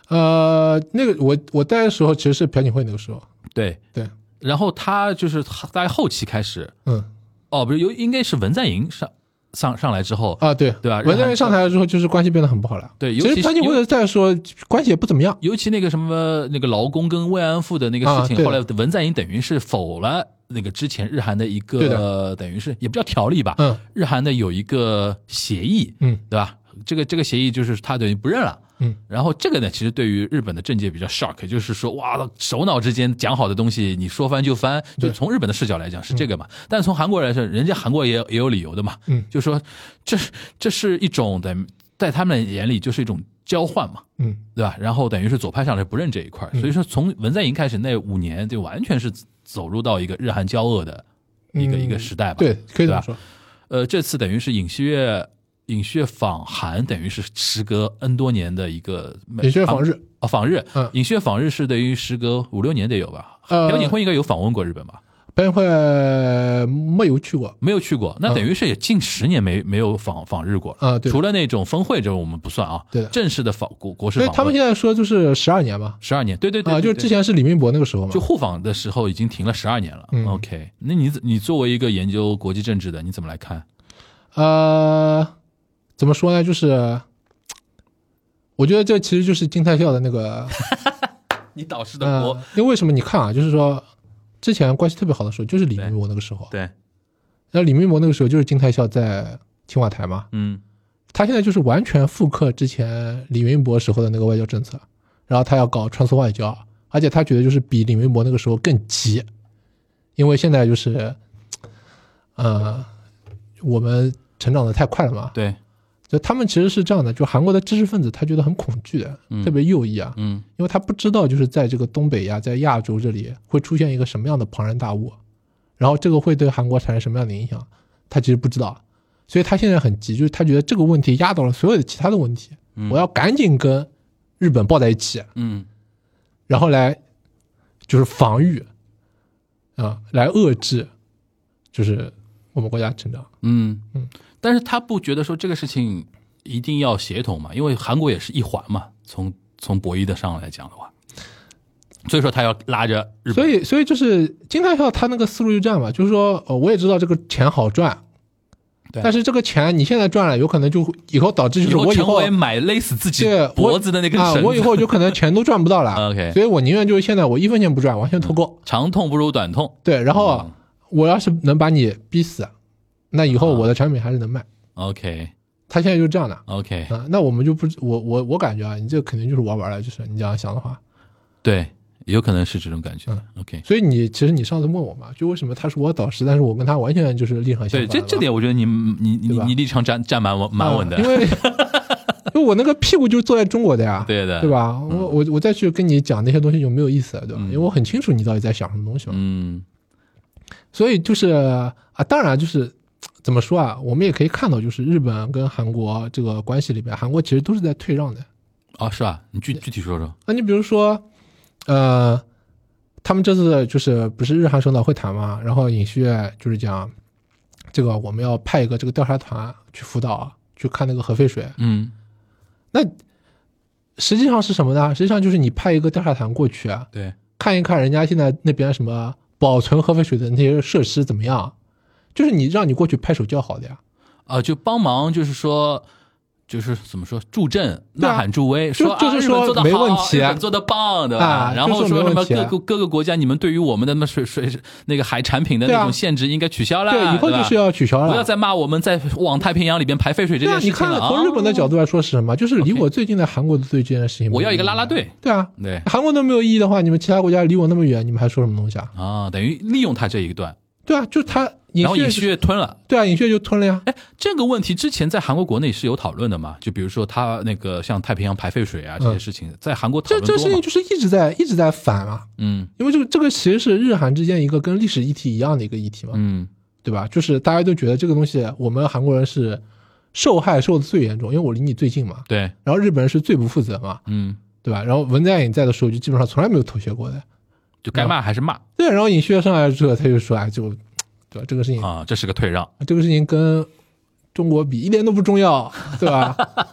F: 呃，那个我我待的时候其实是朴槿惠那个时候，
E: 对，
F: 对，
E: 然后他就是在后期开始，
F: 嗯
E: 哦，不是，有应该是文在寅上上上来之后，
F: 啊，对
E: 对吧
F: 文在寅上台了之后，就是关系变得很不好了。
E: 对尤其
F: 其实朴槿
E: 因为
F: 惠再说关系也不怎么样。
E: 尤其那个什么那个劳工跟慰安妇的那个事
F: 啊
E: 情，
F: 对的
E: 后来文在寅等于是否了那个之前日韩的一
F: 对
E: 个
F: 的
E: 呃等于是也不叫条例吧，
F: 嗯
E: 日韩的有一个协议，
F: 嗯
E: 对吧？这个这个协议就是他等于不认了。
F: 嗯，
E: 然后这个呢，其实对于日本的政界比较 shock，就是说，哇，首脑之间讲好的东西，你说翻就翻，就
F: 对
E: 从日本的视角来讲是这个嘛。但从韩国来说，人家韩国也有也有理由的嘛，
F: 嗯
E: 就说这是这是一种的，在他们眼里就是一种交换嘛，
F: 嗯，
E: 对吧？然后等于是左派上来不认这一块儿，所以说从文在寅开始那五年，就完全是走入到一个日韩交恶的一个、
F: 嗯
E: 一个时代吧。
F: 对，可
E: 对
F: 以这么
E: 吧
F: 说。
E: 呃，这次等于是尹锡悦尹锡悦访韩，等于是时隔 N 多年的一个
F: 尹锡悦访日
E: 啊访日
F: 嗯，
E: 尹锡悦访日是等于时隔五六年得有吧？
F: 呃
E: 朴槿惠应该有访问过日本吧？
F: 朴槿惠没有去过，
E: 没有去过，那等于是也近十年没没有访访日过了
F: 嗯啊对
E: 除了那种峰会，这我们不算啊。
F: 对的
E: 正式的访国国事
F: 所以
E: 访问，
F: 他们现在说就是十二年嘛，
E: 十二年，对对对
F: 啊，
E: 对
F: 就是
E: 对
F: 之前是李明博那个时候嘛
E: 就，互访的时候已经停了十二年了。
F: 嗯
E: OK，那你你作为一个研究国际政治的，你怎么来看？
F: 呃，怎么说呢？就是我觉得这其实就是金泰孝的那个，
E: 你导师的国、
F: 呃，因为为什么你看啊，就是说之前关系特别好的时候，就是李明博那个时候，
E: 对，
F: 然后李明博那个时候就是金泰孝在青瓦台嘛，
E: 嗯
F: 他现在就是完全复刻之前李云博时候的那个外交政策，然后他要搞穿梭外交，而且他觉得就是比李云博那个时候更急，因为现在就是，呃，我们成长的太快了嘛，
E: 对，
F: 就他们其实是这样的，就韩国的知识分子他觉得很恐惧的，特别右翼啊，
E: 嗯
F: 因为他不知道就是在这个东北亚在亚洲这里会出现一个什么样的庞然大物，然后这个会对韩国产生什么样的影响，他其实不知道，所以他现在很急，就是他觉得这个问题压倒了所有的其他的问题，我要赶紧跟日本抱在一起，
E: 嗯
F: 然后来就是防御啊，来遏制，就是我们国家成长。
E: 嗯嗯，但是他不觉得说这个事情一定要协同嘛，因为韩国也是一环嘛，从从博弈的上来讲的话，所以说他要拉着日本，
F: 所以，所以就是金泰票他那个思路就这样嘛，就是说，呃，我也知道这个钱好赚，
E: 对
F: 但是这个钱你现在赚了，有可能就以后导 致就
E: 以
F: 是
E: 后
F: 我以
E: 成
F: 后
E: 为买勒死自己
F: 这我
E: 脖子的那根
F: 啊
E: 绳子，，
F: 我以后就可能钱都赚不到了。
E: OK 嗯
F: 所以我宁愿就是现在我一分钱不赚，完全脱钩。
E: 长痛不如短痛。
F: 对，然后
E: 嗯
F: 我要是能把你逼死，那以后我的产品还是能卖。
E: OK
F: 他现在就是这样的
E: OK，
F: 啊，那我们就不知，我我我感觉啊，你这肯定就是玩完了，就是你这样想的话。
E: 对，有可能是这种感觉。OK，
F: 嗯所以你其实你上次问我嘛，就为什么他是我导师，但是我跟他完全就是立场相
E: 对，
F: 反
E: 这
F: 的
E: 这
F: 嘛
E: 点我觉得你你
F: 对
E: 你
F: 吧
E: 你立场站站蛮稳蛮稳的
F: 啊，因为因为我那个屁股就是坐在中国的呀，
E: 对嗯的，
F: 对？吧？我我我再去跟你讲那些东西有没有意思，对吧？因为我很清楚你到底在想什么东西嘛。
E: 嗯
F: 所以就是啊，当然就是怎么说啊，我们也可以看到，就是日本跟韩国这个关系里边，韩国其实都是在退让的。
E: 哦，是吧？你具具体说说。
F: 那你比如说，呃，他们这次就是不是日韩首脑会谈嘛？然后尹锡悦就是讲，这个我们要派一个这个调查团去福岛去看那个核废水，
E: 嗯，
F: 那实际上是什么呢？实际上就是你派一个调查团过去啊，
E: 对，
F: 看一看人家现在那边什么啊保存核废水的那些设施怎么样，啊就是你让你过去拍手叫好的呀。
E: 啊，就帮忙，就是说，就是怎么说，助阵、
F: 对啊
E: 呐喊、助威，
F: 就
E: 说
F: 就是
E: 啊日本
F: 说
E: 做得
F: 没
E: 好
F: 问题
E: 日本做的棒，对吧？
F: 啊
E: 然后
F: 就说
E: 说
F: 没
E: 什么
F: 问题
E: 各个各个国家，你们对于我们的那水水那个海产品的
F: 对
E: 那
F: 啊
E: 种限制应该取消啦，
F: 对，以后
E: 吧
F: 就是要取消了。
E: 不要再骂我们在往太平洋里边排废水这
F: 对啊，
E: 件
F: 你
E: 事情
F: 看
E: 了啊！
F: 从日本的角度来说是什么？就是离
E: OK
F: 我最近的韩国的对这件事情没有
E: 我
F: 意义，
E: 要一个啦啦队，
F: 对啊，
E: 对
F: 韩国都没有意义的话，你们其他国家离我那么远，你们还说什么东西啊？
E: 啊，等于利用他这一段，
F: 对啊，就是他尹
E: 然后尹
F: 旭
E: 旭吞了。
F: 对啊，尹旭就吞了呀。
E: 哎，这个问题之前在韩国国内是有讨论的嘛？就比如说他那个像太平洋排废水啊这些事情，在韩国讨
F: 嗯这
E: 论
F: 这
E: 多
F: 个事情
E: 嘛？
F: 就是一直在一直在反啊，
E: 嗯
F: 因为这个这个其实是日韩之间一个跟历史议题一样的一个议题嘛，
E: 嗯
F: 对吧？就是大家都觉得这个东西我们韩国人是受害受的最严重，因为我离你最近嘛，
E: 对
F: 然后日本人是最不负责嘛，
E: 嗯，
F: 对吧？然后文在寅在的时候就基本上从来没有妥协过的，
E: 就该骂还是骂
F: 对。然后尹旭上来之后，他就说，哎，就对吧？这个事情，
E: 啊，这是个退让。
F: 这个事情跟中国比一点都不重要，对吧？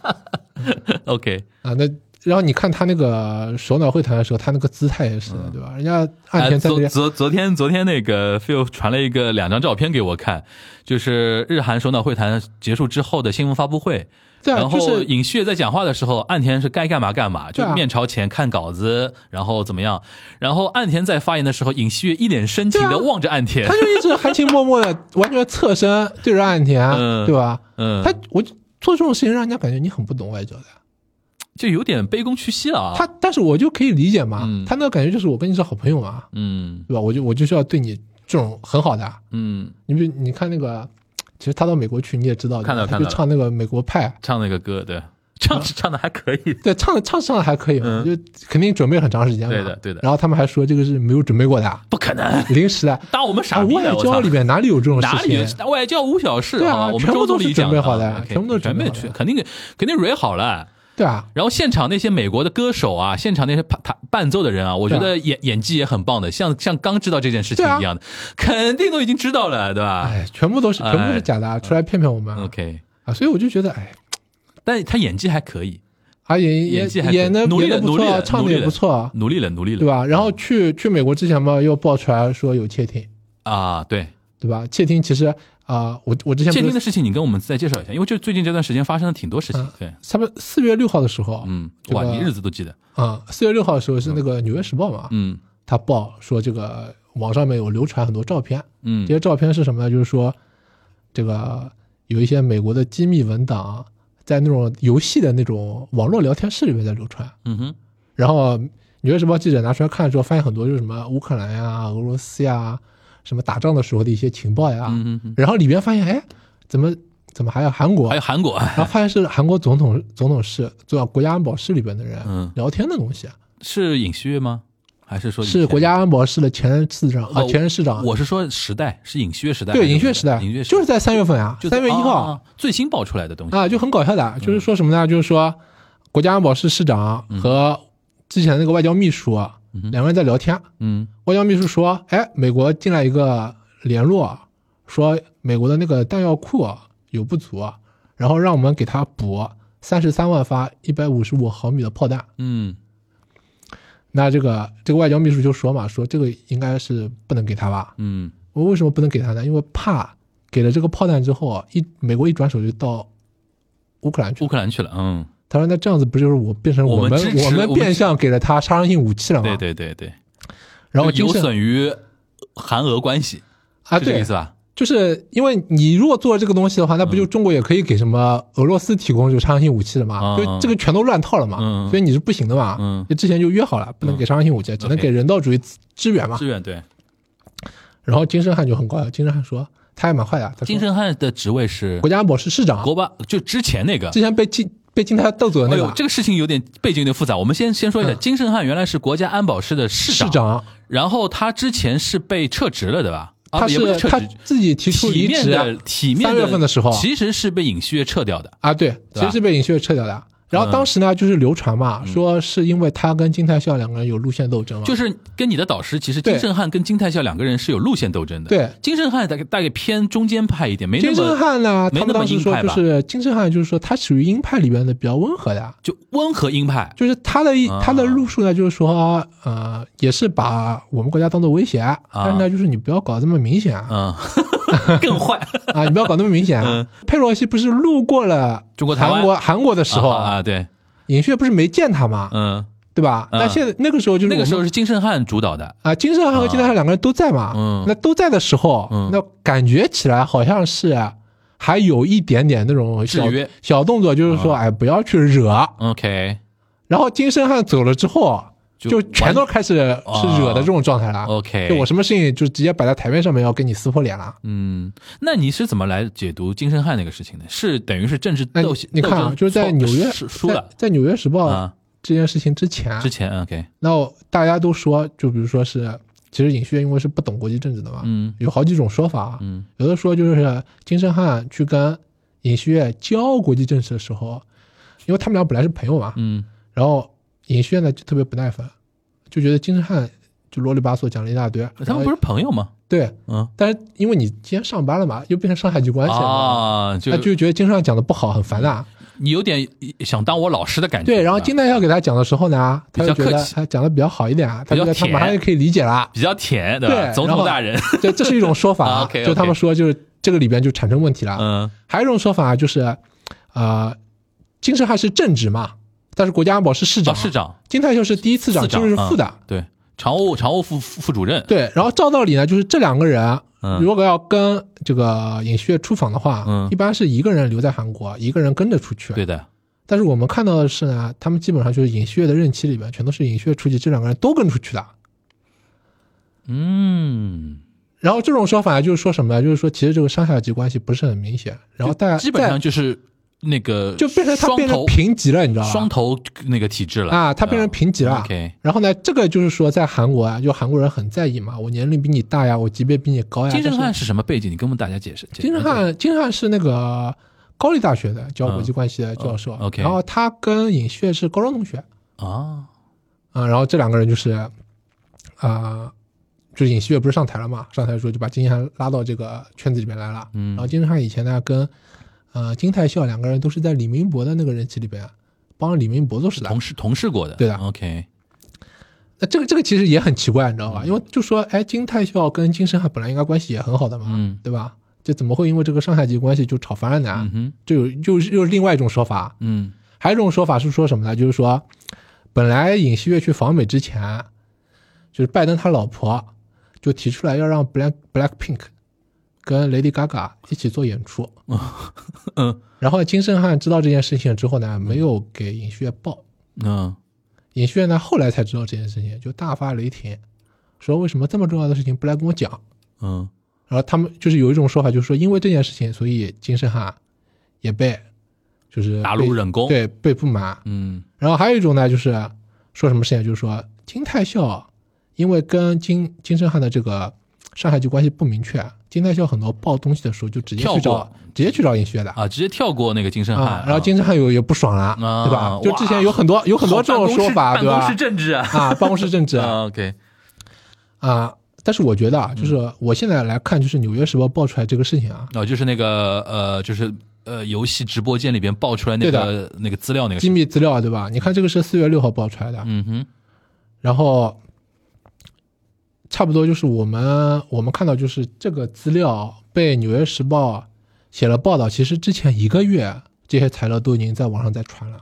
E: OK，
F: 啊，那然后你看他那个首脑会谈的时候，他那个姿态也是的，对吧？人家
E: 嗯
F: 岸
E: 哎，
F: 田在那
E: 昨
F: 边，
E: 昨昨天昨天那个 Phil 传了一个两张照片给我看，就是日韩首脑会谈结束之后的新闻发布会。
F: 对啊，
E: 然
F: 就
E: 后
F: 是
E: 尹旭在讲话的时候，岸田是该干嘛干嘛，
F: 对
E: 就
F: 啊
E: 面朝前看稿子，然后怎么样？然后岸田在发言的时候，尹旭一脸深情
F: 对
E: 的
F: 啊
E: 望着岸田
F: 他，就一直含情脉脉的，完全侧身对着岸田，
E: 嗯
F: 对吧？
E: 嗯，
F: 他我就做这种事情，让人家感觉你很不懂外交的。
E: 就有点卑躬屈膝了啊。
F: 他，但是我就可以理解嘛，
E: 嗯
F: 他那个感觉就是我跟你是好朋友嘛，
E: 嗯
F: 对吧？我就我就是要对你这种很好的。啊
E: 嗯，
F: 你比你看那个，其实他到美国去你也知道的，
E: 看到
F: 他
E: 看
F: 就
E: 到
F: 唱那个美国派，
E: 唱那个歌，对，
F: 啊
E: 唱唱的还可以。
F: 对，唱的唱唱的还可以嘛，
E: 嗯
F: 就肯定准备很长时间嘛，
E: 对的对的
F: 然后他们还说这个是没有准备 过的，啊
E: 不可能，
F: 临时的。
E: 当我们
F: 啊，
E: 傻逼
F: 外
E: 了！我操
F: 交里面哪里有这种
E: 哪
F: 事
E: 里
F: 情？
E: 有外交无小事
F: 哦对啊
E: 好吧我们
F: 全部
E: 周总
F: 都是
E: 理讲
F: 准备好的
E: 啊，OK，
F: 全部都是
E: 全
F: 准备
E: 备
F: 好的
E: 去，肯定肯定蕊好了。
F: 对啊，
E: 然后现场那些美国的歌手啊，现场那些伴伴奏的人啊，我觉
F: 对
E: 得演、演技也很棒的，像像刚知道这件事情
F: 对啊
E: 一样的，肯定都已经知道了，对吧、
F: 哎，全部都是全部都是假的，
E: 嗯
F: 啊，出来骗骗我们啊
E: o k
F: 啊！所以我就觉得，哎，
E: 但他演技还可以，
F: 啊演
E: 演技还
F: 演演的
E: 努力
F: 演的
E: 了
F: 不
E: 努力
F: 错，啊
E: 了
F: 唱的
E: 努力
F: 也
E: 了
F: 不错，啊
E: 努力了，努力了，嗯
F: 对吧？然后去去美国之前嘛，又爆出来说有窃听，
E: 啊，对，
F: 对吧？窃听其实啊、我我之前
E: 窃
F: 不
E: 听的
F: 是
E: 事情你跟我们再介绍一下，因为这最近这段时间发生了挺多事情，
F: 嗯
E: 对，
F: 差不多四月六号的时候，
E: 嗯，
F: 这
E: 哇，
F: 个
E: 你日子都记得，
F: 啊，四、月六号的时候是那个《纽约时报》嘛，
E: 嗯
F: 他报说这个网上面有流传很多照片，
E: 嗯
F: 这些照片是什么呢？就是说，这个有一些美国的机密文档在那种游戏的那种网络聊天室里面在流传，
E: 嗯哼，
F: 然后《纽约时报》记者拿出来看的时候，发现很多就是什么乌克兰呀、俄罗斯呀、什么打仗的时候的一些情报呀，
E: 嗯哼嗯
F: 然后里边发现，哎，怎么怎么还有韩国？
E: 还有韩国，
F: 然后发现是韩国总统总统室，做国家安保室里边的人
E: 嗯
F: 聊天的东西，啊
E: 是尹锡悦吗？还是说以
F: 是
E: 前
F: 国家安保室的前任次长啊，
E: 哦
F: 前任市长，
E: 我是说时代是尹锡悦时代还是
F: 对
E: 什么，
F: 尹旭时代
E: 尹锡悦，时代
F: 就是在三月份啊，
E: 就
F: 三月一
E: 啊啊
F: 号
E: 啊最新爆出来的东西
F: 啊，就很搞笑的，就是说什么呢？就是说国家安保室市长
E: 嗯
F: 和之前那个外交秘书啊两个人在聊天，
E: 嗯
F: 外交秘书说，哎，美国进来一个联络，说美国的那个弹药库有不足，然后让我们给他补三十三万发一百五十五毫米的炮弹。
E: 嗯
F: 那这个这个外交秘书就说嘛，说这个应该是不能给他吧？
E: 嗯
F: 我为什么不能给他呢？因为怕给了这个炮弹之后，啊一美国一转手就到乌克兰去
E: 乌
F: 了。
E: 克兰去了，嗯，
F: 他说那这样子不就是我变成
E: 我
F: 我
E: 们
F: 们
E: 支持我们
F: 变相给了他杀伤性武器了吗？
E: 对。对对对，
F: 然后
E: 就
F: 精
E: 有
F: 神
E: 损于韩俄关系
F: 啊，
E: 是这个
F: 对
E: 意，思吧？
F: 就是因为你如果做这个东西的话，那不就中国也可以给什么俄罗斯提供这个杀伤性武器了嘛？
E: 嗯
F: 就这个全都乱套了嘛，
E: 嗯
F: 所以你是不行的嘛。
E: 嗯
F: 就之前就约好了，不能给杀伤性武器，只能给人道主义支支援嘛
E: 志。愿对，
F: 然后金圣汉就很搞笑，金圣汉说他还蛮坏的，他说
E: 金圣汉的职位是
F: 国家安保室市长，
E: 国吧，就之前那个
F: 之。前被金被金泰斗走的
E: 哎
F: 那
E: 呦
F: 个，嗯
E: 这个事情有点背景有点复杂，我们先先说一下，金圣汉原来是国家安保室的市啊
F: 市长，
E: 然后他之前是被撤职了，对吧？啊
F: 他
E: 也不
F: 是
E: 撤
F: 他
E: 职，
F: 自己提出
E: 体
F: 离
E: 面
F: 职啊
E: 的体面
F: 三月份的时候
E: 其实是被尹锡悦撤掉的。
F: 啊，对，
E: 对
F: 其
E: 吧嗯
F: 实是被尹锡悦撤掉的。啊然后当时呢，就是流传嘛，说是因为他跟金泰孝两个人有路线斗争嘛，
E: 就是跟你的导师，其实金
F: 对
E: 圣汉跟金泰孝两个人是有路线斗争的。
F: 对
E: 金圣汉大概大概偏中间派一点，没那
F: 金正
E: 么
F: 汉呢，
E: 没那
F: 他们
E: 么
F: 当时
E: 鹰
F: 说
E: 派
F: 就
E: 吧，
F: 是金正汉，就是说他属于鹰派里边的比较温和的，
E: 就温和鹰派。
F: 就是他的一
E: 啊
F: 他的路数呢，就是说呃，也是把我们国家当做威胁，啊
E: 啊
F: 但是呢，就是你不要搞这么明显啊，
E: 嗯，更坏。
F: 啊，你不要搞那么明 显啊。佩洛西不是路过
E: 嗯
F: 了
E: 中国台湾
F: 韩国韩国的时候，
E: 啊，对，
F: 尹旭不是没见他嘛，
E: 嗯，
F: 对吧？
E: 嗯
F: 那现在那个时候就是
E: 那个时
F: 我
E: 候
F: 们
E: 是金圣汉主导的，
F: 啊，金正汉和金大汉两个人都在嘛，
E: 嗯
F: 那都在的时候，
E: 嗯
F: 那感觉起来好像是啊还有一点点那种小
E: 制约啊
F: 小动作，就是说，哎，不要去惹。
E: OK，
F: 然后金圣汉走了之后，就全都
E: 完啊
F: 开始是惹的这种状态了。
E: OK
F: 就我什么事情就直接摆在台面上面，要跟你撕破脸了。
E: 嗯，那你是怎么来解读金圣汉那个事情的？是等于是政治
F: 哎
E: 斗，争，
F: 你看啊
E: 斗，争
F: 就是在
E: 错
F: 纽约
E: 输输
F: 在
E: 了
F: 在《纽约时报》
E: 啊，
F: 这件事情之前啊，
E: 之前嗯 OK，
F: 那我大家都说，就比如说是，其实尹旭因为是不懂国际政治的嘛，
E: 嗯
F: 有好几种说法啊。
E: 嗯
F: 有的说就是金圣汉去跟尹旭月教国际政治的时候，因为他们俩本来是朋友嘛，
E: 嗯
F: 然后尹旭月呢就特别不耐烦，就觉得金圣汉就啰里吧嗦讲了一大堆，
E: 呃他们不
F: 是
E: 是朋友吗？
F: 对，
E: 嗯
F: 但是因为你今天上班了嘛，又变成上海籍关系了嘛，
E: 啊，就
F: 他就觉得金圣汉讲的不好，很烦呐。
E: 你有点想当我老师的感觉。
F: 对，然后
E: 是吧
F: 金大要给他讲的时候呢，他就
E: 啊比较
F: 觉得
E: 客气
F: 他讲的比较好一点啊，他觉得他
E: 比较
F: 马上就可以理解了。
E: 比较甜，对
F: 对
E: 吧？
F: 然
E: 总
F: 后
E: 统大人，
F: 这这是一种说 法
E: 啊
F: 啊，
E: ，OK，OK
F: 就他们说就是这个里边就产生问题了。
E: 嗯
F: 还有一种说法就是，呃，金圣汉是正职嘛，但是国家安保是市长，
E: 啊市长
F: 金泰秀是第一次长，
E: 市长嗯
F: 就是副的。
E: 对，常务常务副副主任，
F: 对，然后照道理呢，就是这两个人啊
E: 嗯
F: 如果要跟这个尹旭月出访的话，
E: 嗯
F: 一般是一个人留在韩国，一个人跟着出去。
E: 对的，
F: 但是我们看到的是呢，他们基本上就是尹旭月的任期里边，全都是尹旭月出去，这两个人都跟出去的。
E: 嗯，
F: 然后这种说法就是说什么呢？就是说其实这个上下级关系不是很明显，然后大家
E: 基本
F: 在
E: 上就是那个
F: 呃就变成他
E: 双
F: 变成
E: 头
F: 平级了，你知道吧？
E: 双头那个体制了嗯
F: 啊，他变成平级了。
E: OK
F: 然后呢，这个就是说在韩国啊，就韩国人很在意嘛，我年龄比你大呀，我级别比你哎高呀。
E: 金正
F: 但
E: 汉
F: 是，
E: 是什么背景？你跟我们大家解释。解释
F: 金正汉，金正汉是那个高丽大学的教国际关系的教授。
E: 嗯，OK
F: 然后他跟尹旭是高中同学
E: 啊，
F: 啊、然后这两个人就是，啊、就是尹锡悦不是上台了嘛？上台的时候就把金正汉拉到这个圈子里面来了。
E: 嗯
F: 然后金正汉以前呢跟，呃，金泰孝两个人都是在李明博的那个人气里边啊帮李明博做事的。
E: 同事同事过的，
F: 对的
E: OK，
F: 那这个这个其实也很奇怪，你知
E: 嗯
F: 道吧？因为就说，哎，金泰孝跟金圣汉本来应该关系也很好的嘛，
E: 嗯
F: 对吧？这怎么会因为这个上下级关系就吵翻了呢？
E: 嗯哼，
F: 就有又又是另外一种说法，
E: 嗯
F: 还有一种说法是说什么呢？就是说，本来尹锡悦去访美之前，就是拜登他老婆就提出来要让 Black Black Pink 跟 Lady Gaga 一起做演出，
E: 哦 嗯
F: 然后金圣汉知道这件事情之后呢，没有给尹锡悦报，
E: 嗯
F: 尹旭呢后来才知道这件事情，就大发雷霆，说为什么这么重要的事情不来跟我讲？
E: 嗯
F: 然后他们就是有一种说法，就是说因为这件事情，所以金圣汉也被就是
E: 打入
F: 被
E: 冷宫
F: 对，被不满。
E: 嗯
F: 然后还有一种呢，就是说什么事情，就是说金泰孝因为跟金金圣汉的这个上海籍关系不明确，金泰孝很多报东西的时候就直接去
E: 跳
F: 找
E: 过
F: 直接去找尹旭的。
E: 啊，直接跳过那个金正
F: 啊
E: 汉，，
F: 然后金圣汉有也不爽了，
E: 啊
F: 对吧？就
E: 哇
F: 之前有很多有
E: 有
F: 很多这种说法，对吧？
E: 办公室政治啊
F: 啊，办公室政 治啊
E: 啊 OK，
F: 但是我觉得啊，就是我现在来看，就是《纽约时报》爆出来这个事情啊，
E: 哦，就是那个呃，就是呃，游戏直播间里边爆出来那
F: 对
E: 个那个资料那个
F: 机密资料对吧？你看这个是四月六号爆出来的，
E: 嗯哼，
F: 然后差不多就是我们我们看到就是这个资料被《纽约时报》写了报道，其实之前一个月这些材料都已经在网上在传了。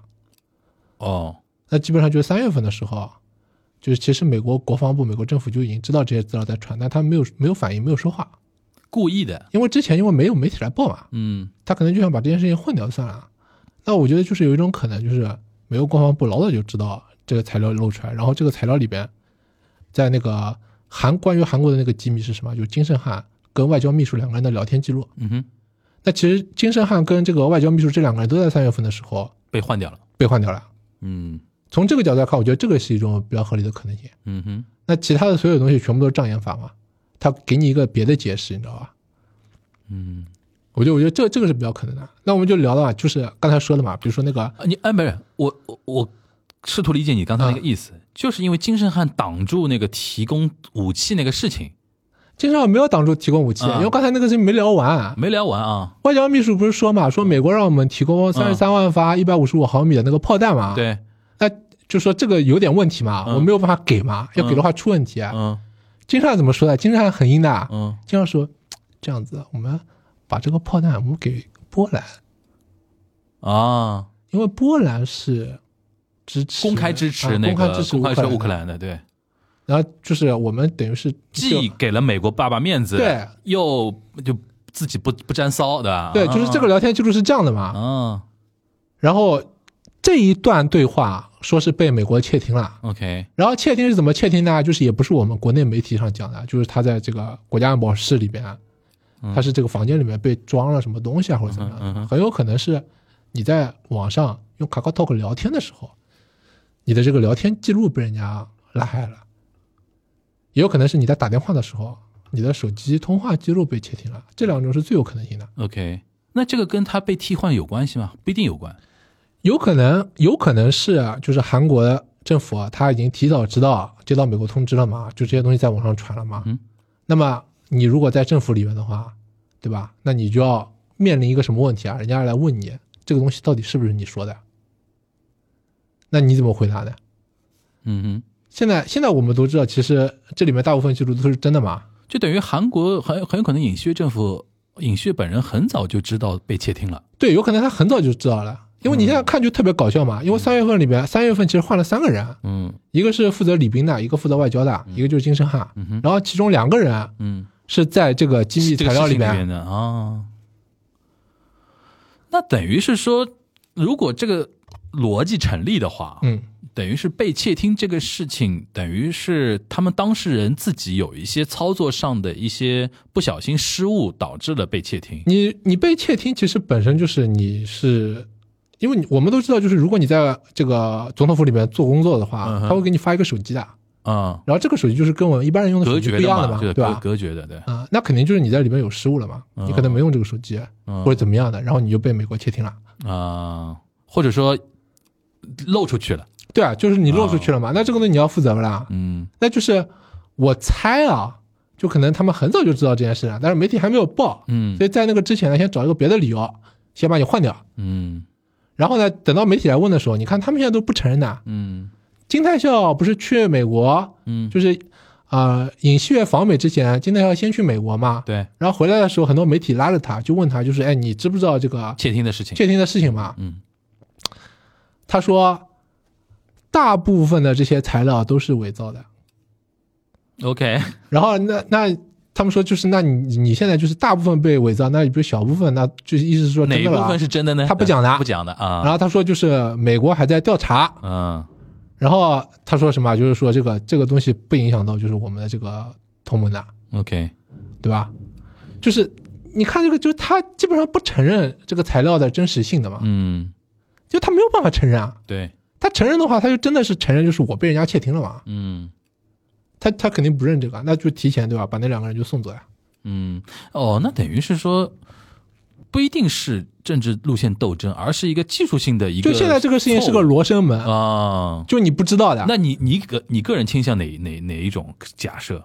E: 哦，
F: 那基本上就是三月份的时候，就是其实美国国防部、美国政府就已经知道这些资料在传，但他们没有没有反应，没有说话，
E: 故意的，
F: 因为之前因为没有媒体来报嘛，
E: 嗯
F: 他可能就想把这件事情混掉算了。那我觉得就是有一种可能，就是美国国防部老早就知道这个材料露出来，然后这个材料里边，在那个韩关于韩国的那个机密是什么？就是金圣汉跟外交秘书两个人的聊天记录。
E: 嗯哼，
F: 那其实金圣汉跟这个外交秘书这两个人都在三月份的时候
E: 被换掉了，
F: 被换掉了。
E: 嗯
F: 从这个角度来看，我觉得这个是一种比较合理的可能性。
E: 嗯哼，
F: 那其他的所有东西全部都是障眼法嘛？他给你一个别的解释，你知道吧？
E: 嗯，
F: 我觉得，我觉得这这个是比较可能的。那我们就聊到啊，就是刚才说的嘛，比如说那个
E: 啊你哎，不是我我我试图理解你刚才
F: 啊
E: 那个意思，就是因为金圣汉挡住那个提供武器那个事情
F: 金正恩没有挡住提供武器，
E: 啊
F: 因为刚才那个事情没聊完。
E: 没聊完啊，
F: 外交秘书不是说嘛，说美国让我们提供三十三万发一百五十五毫米的那个炮弹嘛？，
E: 对，
F: 那就说这个有点问题嘛，
E: 嗯
F: 我没有办法给嘛，要给的话出问题。啊
E: 嗯
F: 金正恩怎么说的？金正恩很阴的，啊
E: 嗯，
F: 金正恩说这样子，我们把这个炮弹我们给波兰，
E: 啊，
F: 因为波兰是支持
E: 公开支持
F: 啊
E: 那
F: 公开
E: 个
F: 支持
E: 公开支持乌克
F: 兰的，
E: 兰的，对，
F: 然后就是我们等于是就
E: 既给了美国爸爸面子，
F: 对，
E: 又就自己不不沾骚，对吧？
F: 对，就是这个聊天记录是这样的嘛。
E: 啊，
F: 然后这一段对话说是被美国窃听了，
E: OK，
F: 然后窃听是怎么窃听呢？就是也不是我们国内媒体上讲的，就是他在这个国家安保室里边，啊他是这个房间里面被装了什么东西啊，或者怎么
E: 嗯哼嗯
F: 样，很有可能是你在网上用 k a k a Talk 聊天的时候，你的这个聊天记录被人家拉黑了，也有可能是你在打电话的时候，你的手机通话记录被窃听了，这两种是最有可能性的。
E: OK，那这个跟他被替换有关系吗？不一定有关。
F: 有可能，有可能是啊就是韩国政府啊他已经提早知道接到美国通知了嘛，就这些东西在网上传了嘛。
E: 嗯。
F: 那么你如果在政府里面的话，对吧？那你就要面临一个什么问题啊？人家来问你这个东西到底是不是你说的？那你怎么回答呢？
E: 嗯
F: 现在现在我们都知道，其实这里面大部分记录都是真的嘛。
E: 哼，就等于韩国很很有可能尹锡悦政府，尹锡悦本人很早就知道被窃听了。
F: 对，有可能他很早就知道了，因为你现在看就特别搞笑嘛。因为三月份里边，三月份其实换了三个人，
E: 嗯
F: 一个是负责礼宾的，一个负责外交的，一个就是金圣汉。
E: 嗯哼
F: 然后其中两个人啊
E: 嗯，
F: 是在这个机密
E: 这
F: 材
E: 个
F: 料
E: 事
F: 里
E: 情里面
F: 面，
E: 的啊、那等于是说，如果这个逻辑成立的话，
F: 嗯，
E: 等于是被窃听这个事情，等于是他们当事人自己有一些操作上的一些不小心失误，导致了被窃听。
F: 你你被窃听，其实本身就是你是，因为你我们都知道，就是如果你在这个总统府里面做工作的话
E: 嗯，哼
F: 他会给你发一个手机的，
E: 啊、
F: 然后这个手机就是跟我们一般人用的手
E: 隔
F: 机
E: 绝
F: 嗯不一样
E: 嘛，
F: 嘛，
E: 对
F: 对
E: 隔
F: 吧？
E: 隔绝的，对，
F: 啊、那肯定就是你在里面有失误了嘛，你可能没用这个手机、
E: 嗯
F: 或者怎么样的，然后你就被美国窃听了。
E: 啊、或者说漏出去了，
F: 对啊，就是你漏出去了嘛，那这个东西你要负责不啦？
E: 嗯
F: 那就是我猜啊，就可能他们很早就知道这件事了，但是媒体还没有报，
E: 嗯
F: 所以在那个之前呢，先找一个别的理由，先把你换掉。
E: 嗯
F: 然后呢，等到媒体来问的时候，你看他们现在都不承认的。
E: 嗯
F: 金泰孝不是去美国，
E: 嗯，
F: 就是呃尹锡悦访美之前，金泰孝先去美国嘛，
E: 对，
F: 然后回来的时候，很多媒体拉着他，就问他，就是哎，你知不知道这个
E: 窃听的事情，
F: 窃听的事情嘛？
E: 嗯
F: 他说，大部分的这些材料都是伪造的。
E: ，OK，
F: 然后那那他们说就是，那你你现在就是大部分被伪造，那你比如小部分，那就是意思是说
E: 哪
F: 真
E: 一
F: 的了
E: 部
F: 啊
E: 分是真的呢？
F: 他不讲的
E: 不讲的
F: 然
E: 啊，
F: 后他说就是美国还在调查，
E: 嗯
F: 然后他说什么啊就是说这个这个东西不影响到就是我们的这个同盟的，
E: ，OK，
F: 对吧？就是你看这个，就是他基本上不承认这个材料的真实性的嘛，
E: 嗯，
F: 就他没有办法承认啊。
E: 对，
F: 他承认的话，他就真的是承认就是我被人家窃听了嘛，
E: 嗯。
F: 他他肯定不认这个，那就提前对吧，把那两个人就送走呀。
E: 嗯，哦，那等于是说，不一定是政治路线斗争，而是一个技术性的一个错误。
F: 就现在这个事情是个罗生门，
E: 啊。
F: 就你不知道的。
E: 那你你个你个人倾向哪哪哪一种假设？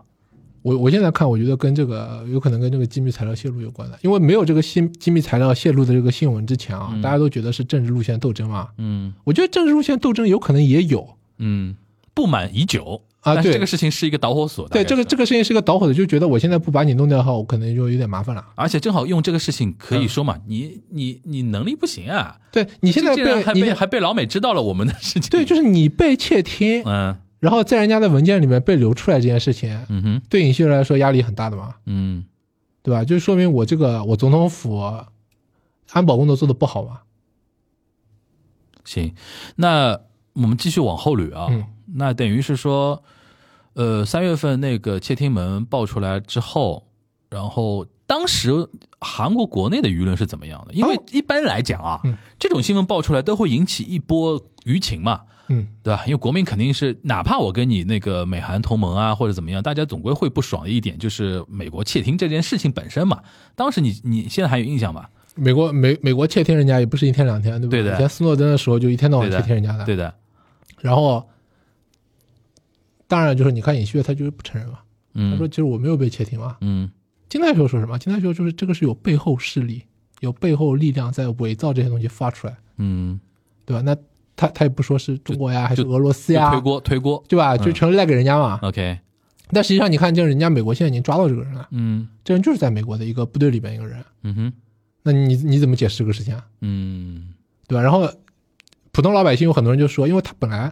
F: 我我现在看，我觉得跟这个有可能跟这个机密材料泄露有关的，因为没有这个新机密材料泄露的这个新闻之前啊，大家都觉得是政治路线斗争嘛。
E: 嗯
F: 我觉得政治路线斗争有可能也有，
E: 嗯，不满已久
F: 啊
E: 但是
F: 对
E: 这个事情是一个导火索。
F: 对
E: 大概
F: 这个
E: 是
F: 这个事情是个导火的，就觉得我现在不把你弄掉的话，我可能就有点麻烦了。
E: 而且正好用这个事情可以说嘛，你你你能力不行啊，
F: 对嗯你现在
E: 这竟然还
F: 被你
E: 被还被老美知道了我们的事情。
F: 对，就是你被窃听，
E: 嗯
F: 然后在人家的文件里面被流出来这件事情，
E: 嗯哼
F: 对尹锡悦来说压力很大的嘛，
E: 嗯
F: 对吧？就说明我这个我总统府安保工作做的不好嘛。
E: 行，那我们继续往后捋啊。
F: 嗯
E: 那等于是说，呃，三月份那个窃听门爆出来之后，然后当时韩国国内的舆论是怎么样的？因为
F: 哦
E: 一般来讲啊，
F: 嗯
E: 这种新闻爆出来都会引起一波舆情嘛。
F: 嗯，
E: 对吧？因为国民肯定是，哪怕我跟你那个美韩同盟啊，或者怎么样，大家总归会不爽的一点就是美国窃听这件事情本身嘛。当时你你现在还有印象吧？
F: 美国美美国窃听人家也不是一天两天，对不
E: 对的
F: 以前斯诺登的时候就一天到晚
E: 对
F: 窃
E: 的
F: 听人家的。
E: 对的，
F: 然后，当然就是你看尹锡悦他就是不承认嘛，他说
E: 嗯
F: 其实我没有被窃听嘛。
E: 嗯
F: 金泰秀说什么？金泰秀就是这个是有背后势力、有背后力量在伪造这些东西发出来，
E: 嗯，
F: 对吧？那他他也不说是中国呀还是
E: 就
F: 俄罗斯
E: 就
F: 呀
E: 推，嗯锅推锅
F: 对吧？就全赖给人家嘛。
E: ，OK，
F: 但实际上你看，就是人家美国现在已经抓到这个人了，
E: 嗯
F: 这人就是在美国的一个部队里边一个人，
E: 嗯哼，
F: 那你你怎么解释这个事情啊？
E: 嗯
F: 对吧？然后普通老百姓有很多人就说，因为他本来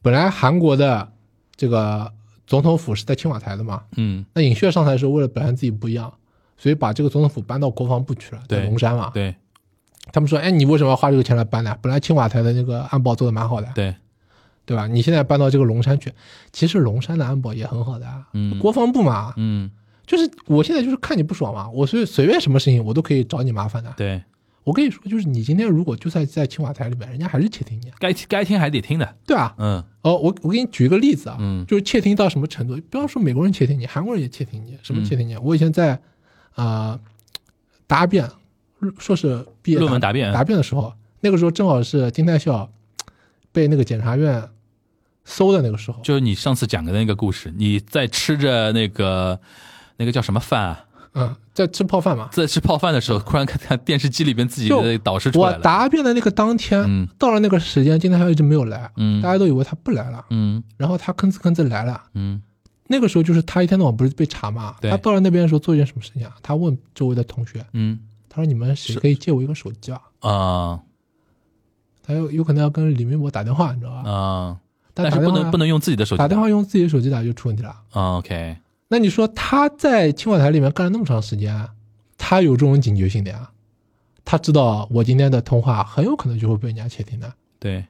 F: 本来韩国的这个总统府是在青瓦台的嘛，
E: 嗯，
F: 那尹锡悦上台的时候为了表现自己不一样，所以把这个总统府搬到国防部去了，在
E: 对
F: 龙山嘛。
E: 对，
F: 他们说，哎，你为什么要花这个钱来搬呢？本来青瓦台的那个安保做的蛮好的，
E: 对，
F: 对吧？你现在搬到这个龙山去，其实龙山的安保也很好的啊，
E: 嗯
F: 国防部嘛，
E: 嗯，
F: 就是我现在就是看你不爽嘛，我是随便什么事情我都可以找你麻烦的。
E: 对，
F: 我跟你说，就是你今天如果就算在青瓦台里面，人家还是窃听你啊，
E: 该该听还得听的，
F: 对啊，
E: 嗯
F: 哦，我我给你举一个例子啊，
E: 嗯
F: 就是窃听到什么程度？不要说美国人窃听你，韩国人也窃听你，
E: 嗯
F: 什么窃听你？我以前在啊、呃答辩硕士毕业
E: 论文答辩
F: 答辩的时候，那个时候正好是金泰校被那个检察院搜的那个时候，
E: 就是你上次讲的那个故事，你在吃着那个那个叫什么饭啊？
F: 嗯，在吃泡饭嘛。
E: 在吃泡饭的时候，突然看看电视机里边自己的
F: 就
E: 导师出
F: 我
E: 来了，
F: 答辩的那个当天，
E: 嗯
F: 到了那个时间，金泰校一直没有来，
E: 嗯
F: 大家都以为他不来了，
E: 嗯
F: 然后他吭哧吭哧来了，
E: 嗯
F: 那个时候就是他一天到晚不是被查嘛，
E: 对
F: 他到了那边的时候做一件什么事情啊？他问周围的同学，
E: 嗯
F: 他说你们谁可以借我一个手机啊？
E: 啊
F: 他有有可能要跟李明博打电话，你知道吧？
E: 啊，
F: 但
E: 但是
F: 打
E: 不
F: 电话
E: 能不能用自己的手机
F: 打电话用自己的手机打就出问题了。
E: 啊，OK，
F: 那你说他在青瓦台里面干了那么长时间，他有这种警觉性的呀？他知道我今天的通话很有可能就会被人家窃听的，
E: 对，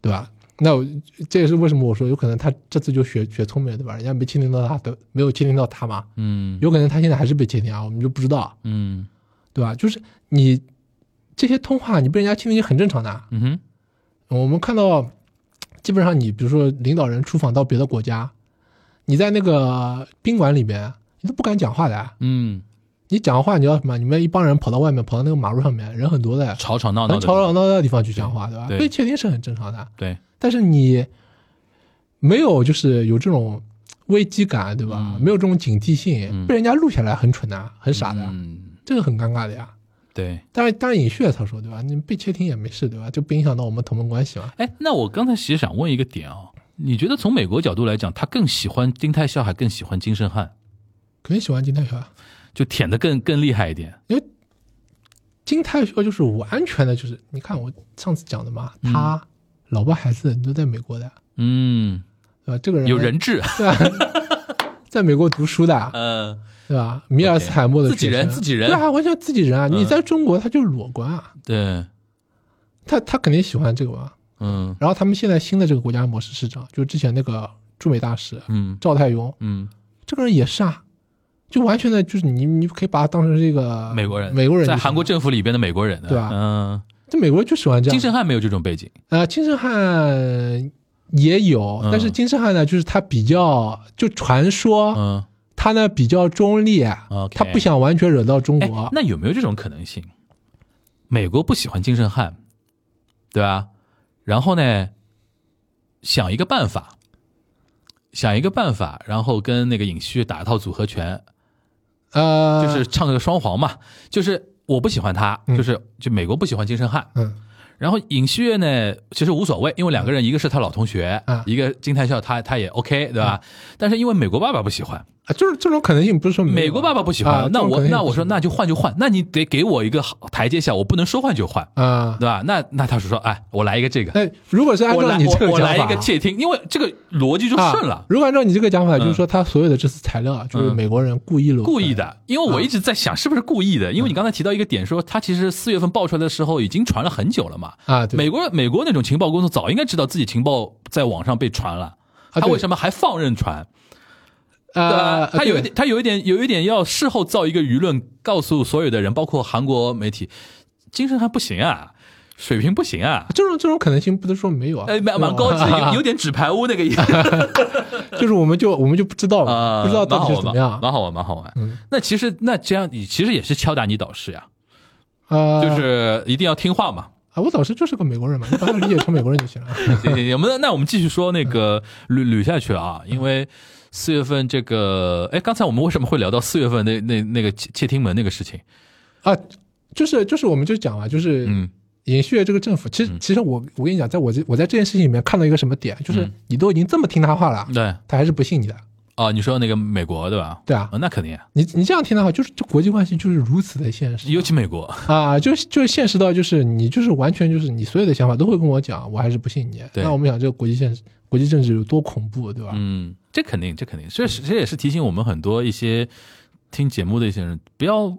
F: 对吧？那我这也是为什么我说有可能他这次就学学聪明了，对吧？人家没窃听到他的，没有窃听到他嘛，
E: 嗯
F: 有可能他现在还是被窃听啊，我们就不知道，
E: 嗯
F: 对吧？就是你这些通话你被人家窃听也很正常的啊，
E: 嗯哼，
F: 我们看到，基本上你比如说领导人出访到别的国家，你在那个宾馆里边，你都不敢讲话的。啊
E: 嗯，
F: 你讲话你要什么？你们一帮人跑到外面，跑到那个马路上面，人很多的，
E: 吵吵闹闹
F: 很
E: 的，
F: 吵吵闹闹的地方去讲话，对吧？
E: 对
F: 所以窃听是很正常的。
E: 对，
F: 但是你没有就是有这种危机感，对
E: 嗯
F: 吧？没有这种警惕性，被人家录下来很蠢的，很傻的，
E: 嗯
F: 这个很尴尬的呀。
E: 对。
F: 当然，当然尹旭他说对吧？你被窃听也没事，对吧？就不影响到我们同盟关系嘛。
E: 哎，那我刚才其实想问一个点哦，你觉得从美国角度来讲，他更喜欢丁泰孝，还更喜欢金圣汉，
F: 肯定喜欢金泰学啊。
E: 就舔的更更厉害一点？
F: 因为金泰秀就是完全的，就是你看我上次讲的嘛，他老婆孩子都在美国的，
E: 嗯，
F: 对吧？这个人
E: 有人质，
F: 对吧？ 在美国读书的，
E: 呃，
F: 对吧？米尔斯海默的
E: OK，自己
F: 学生
E: 人自己人嗯
F: 对啊，完全自己人啊！你在中国他就是裸官啊，
E: 对，
F: 他他肯定喜欢这个嘛。
E: 嗯
F: 然后他们现在新的这个国家模式市长，就是之前那个驻美大使
E: 嗯
F: 赵泰庸，
E: 嗯，
F: 这个人也是啊，就完全的，就是你你可以把他当成是一个
E: 美国人，
F: 啊美国人
E: 在
F: 就行
E: 韩国
F: 了
E: 政府里边的美国人，
F: 对吧
E: 嗯，
F: 这美国人就啊喜欢这
E: 金。
F: 样
E: 圣汉没有这种背景，
F: 呃，金圣汉也有，
E: 嗯
F: 但是金圣汉呢，就是他比较就传说、
E: 嗯，
F: 他呢比较中立啊
E: OK
F: 他不想完全惹到中
E: 哎
F: 国，。
E: 那有没有这种可能性？美国不喜欢金圣汉，对吧？然后呢，想一个办法，想一个办法，然后跟那个尹旭打一套组合拳，
F: 呃，
E: 就是唱个双簧嘛，就是我不喜欢他，就是就美国不喜欢金圣汉，
F: 嗯
E: 然后尹旭月呢，其实无所谓，因为两个人，一个是他老同学，
F: 啊
E: 一个金泰孝他他也 OK，对吧？
F: 嗯
E: 但是因为美国爸爸不喜欢，
F: 啊，就是这种可能性不是说没有
E: 美国爸爸不喜欢，
F: 嗯啊、
E: 那我那我说
F: 啊
E: 那就换就换，那你得给我一个好台阶下，我不能说换就换，
F: 啊，
E: 对吧？那那他是说，哎，我来一个这个，
F: 那如果是按
E: 我
F: 照
E: 来
F: 你这
E: 我
F: 个
E: 我
F: 讲法
E: 来一
F: 啊
E: 个窃听，因为这个逻辑就
F: 啊
E: 顺了，
F: 如果按照你这个讲法，就是说他所有的这次材料啊，就是
E: 嗯
F: 美国人故意留出来
E: 故意的。因为我一直在想是不是故意
F: 嗯
E: 的，因为你刚才提到一个点说，他其实四月份爆出来的时候已经传了很久了嘛，
F: 啊，对
E: 美国美国那种情报工作早应该知道自己情报在网上被传了，
F: 啊对
E: 他为什么还放任传？
F: 啊，
E: 他有一
F: 对
E: 点，他有一点，有一点要事后造一个舆论，告诉所有的人，包括韩国媒体，精神还不行啊，水平不行啊，
F: 这种这种可能性不是说没有啊，
E: 哎，蛮蛮高 级的，有有点纸牌屋那个意思
F: 就是我们就我们就不知道
E: 啊，
F: 了， 不知道
E: 蛮
F: 到
E: 好
F: 底是
E: 玩，
F: 怎么样。
E: 蛮好玩，蛮好玩
F: 嗯。
E: 那其实那这样，你其实也是敲打你导师呀，
F: 呃，
E: 就是一定要听话 嘛。
F: 啊，我导师就是个美国人嘛，你把他理解成美国人就行了。
E: 行行行，我们那我们继续说那个捋捋下去啊，因为四月份这个，哎，刚才我们为什么会聊到四月份那那那个窃窃听门那个事情？
F: 啊，就是就是，我们就讲啊，就是
E: 嗯
F: 尹旭月这个政府，其实其实我我跟你讲，在我这我在这件事情里面看到一个什么点，
E: 嗯
F: 就是你都已经这么听他话了，
E: 对，
F: 他还是不信你的，
E: 哦，你说那个美国对吧？
F: 对啊
E: 哦，那肯定啊，
F: 你你这样听他话，就是这国际关系就是如此的现实
E: 尤其美国，
F: 啊，就是就是现实到就是你就是完全就是你所有的想法都会跟我讲，我还是不信你。
E: 对
F: 那我们想这个国际现实、国际政治有多恐怖，对吧？
E: 嗯，这肯定，这肯定，这是这也是提醒我们很多一些听节目的一些人，不要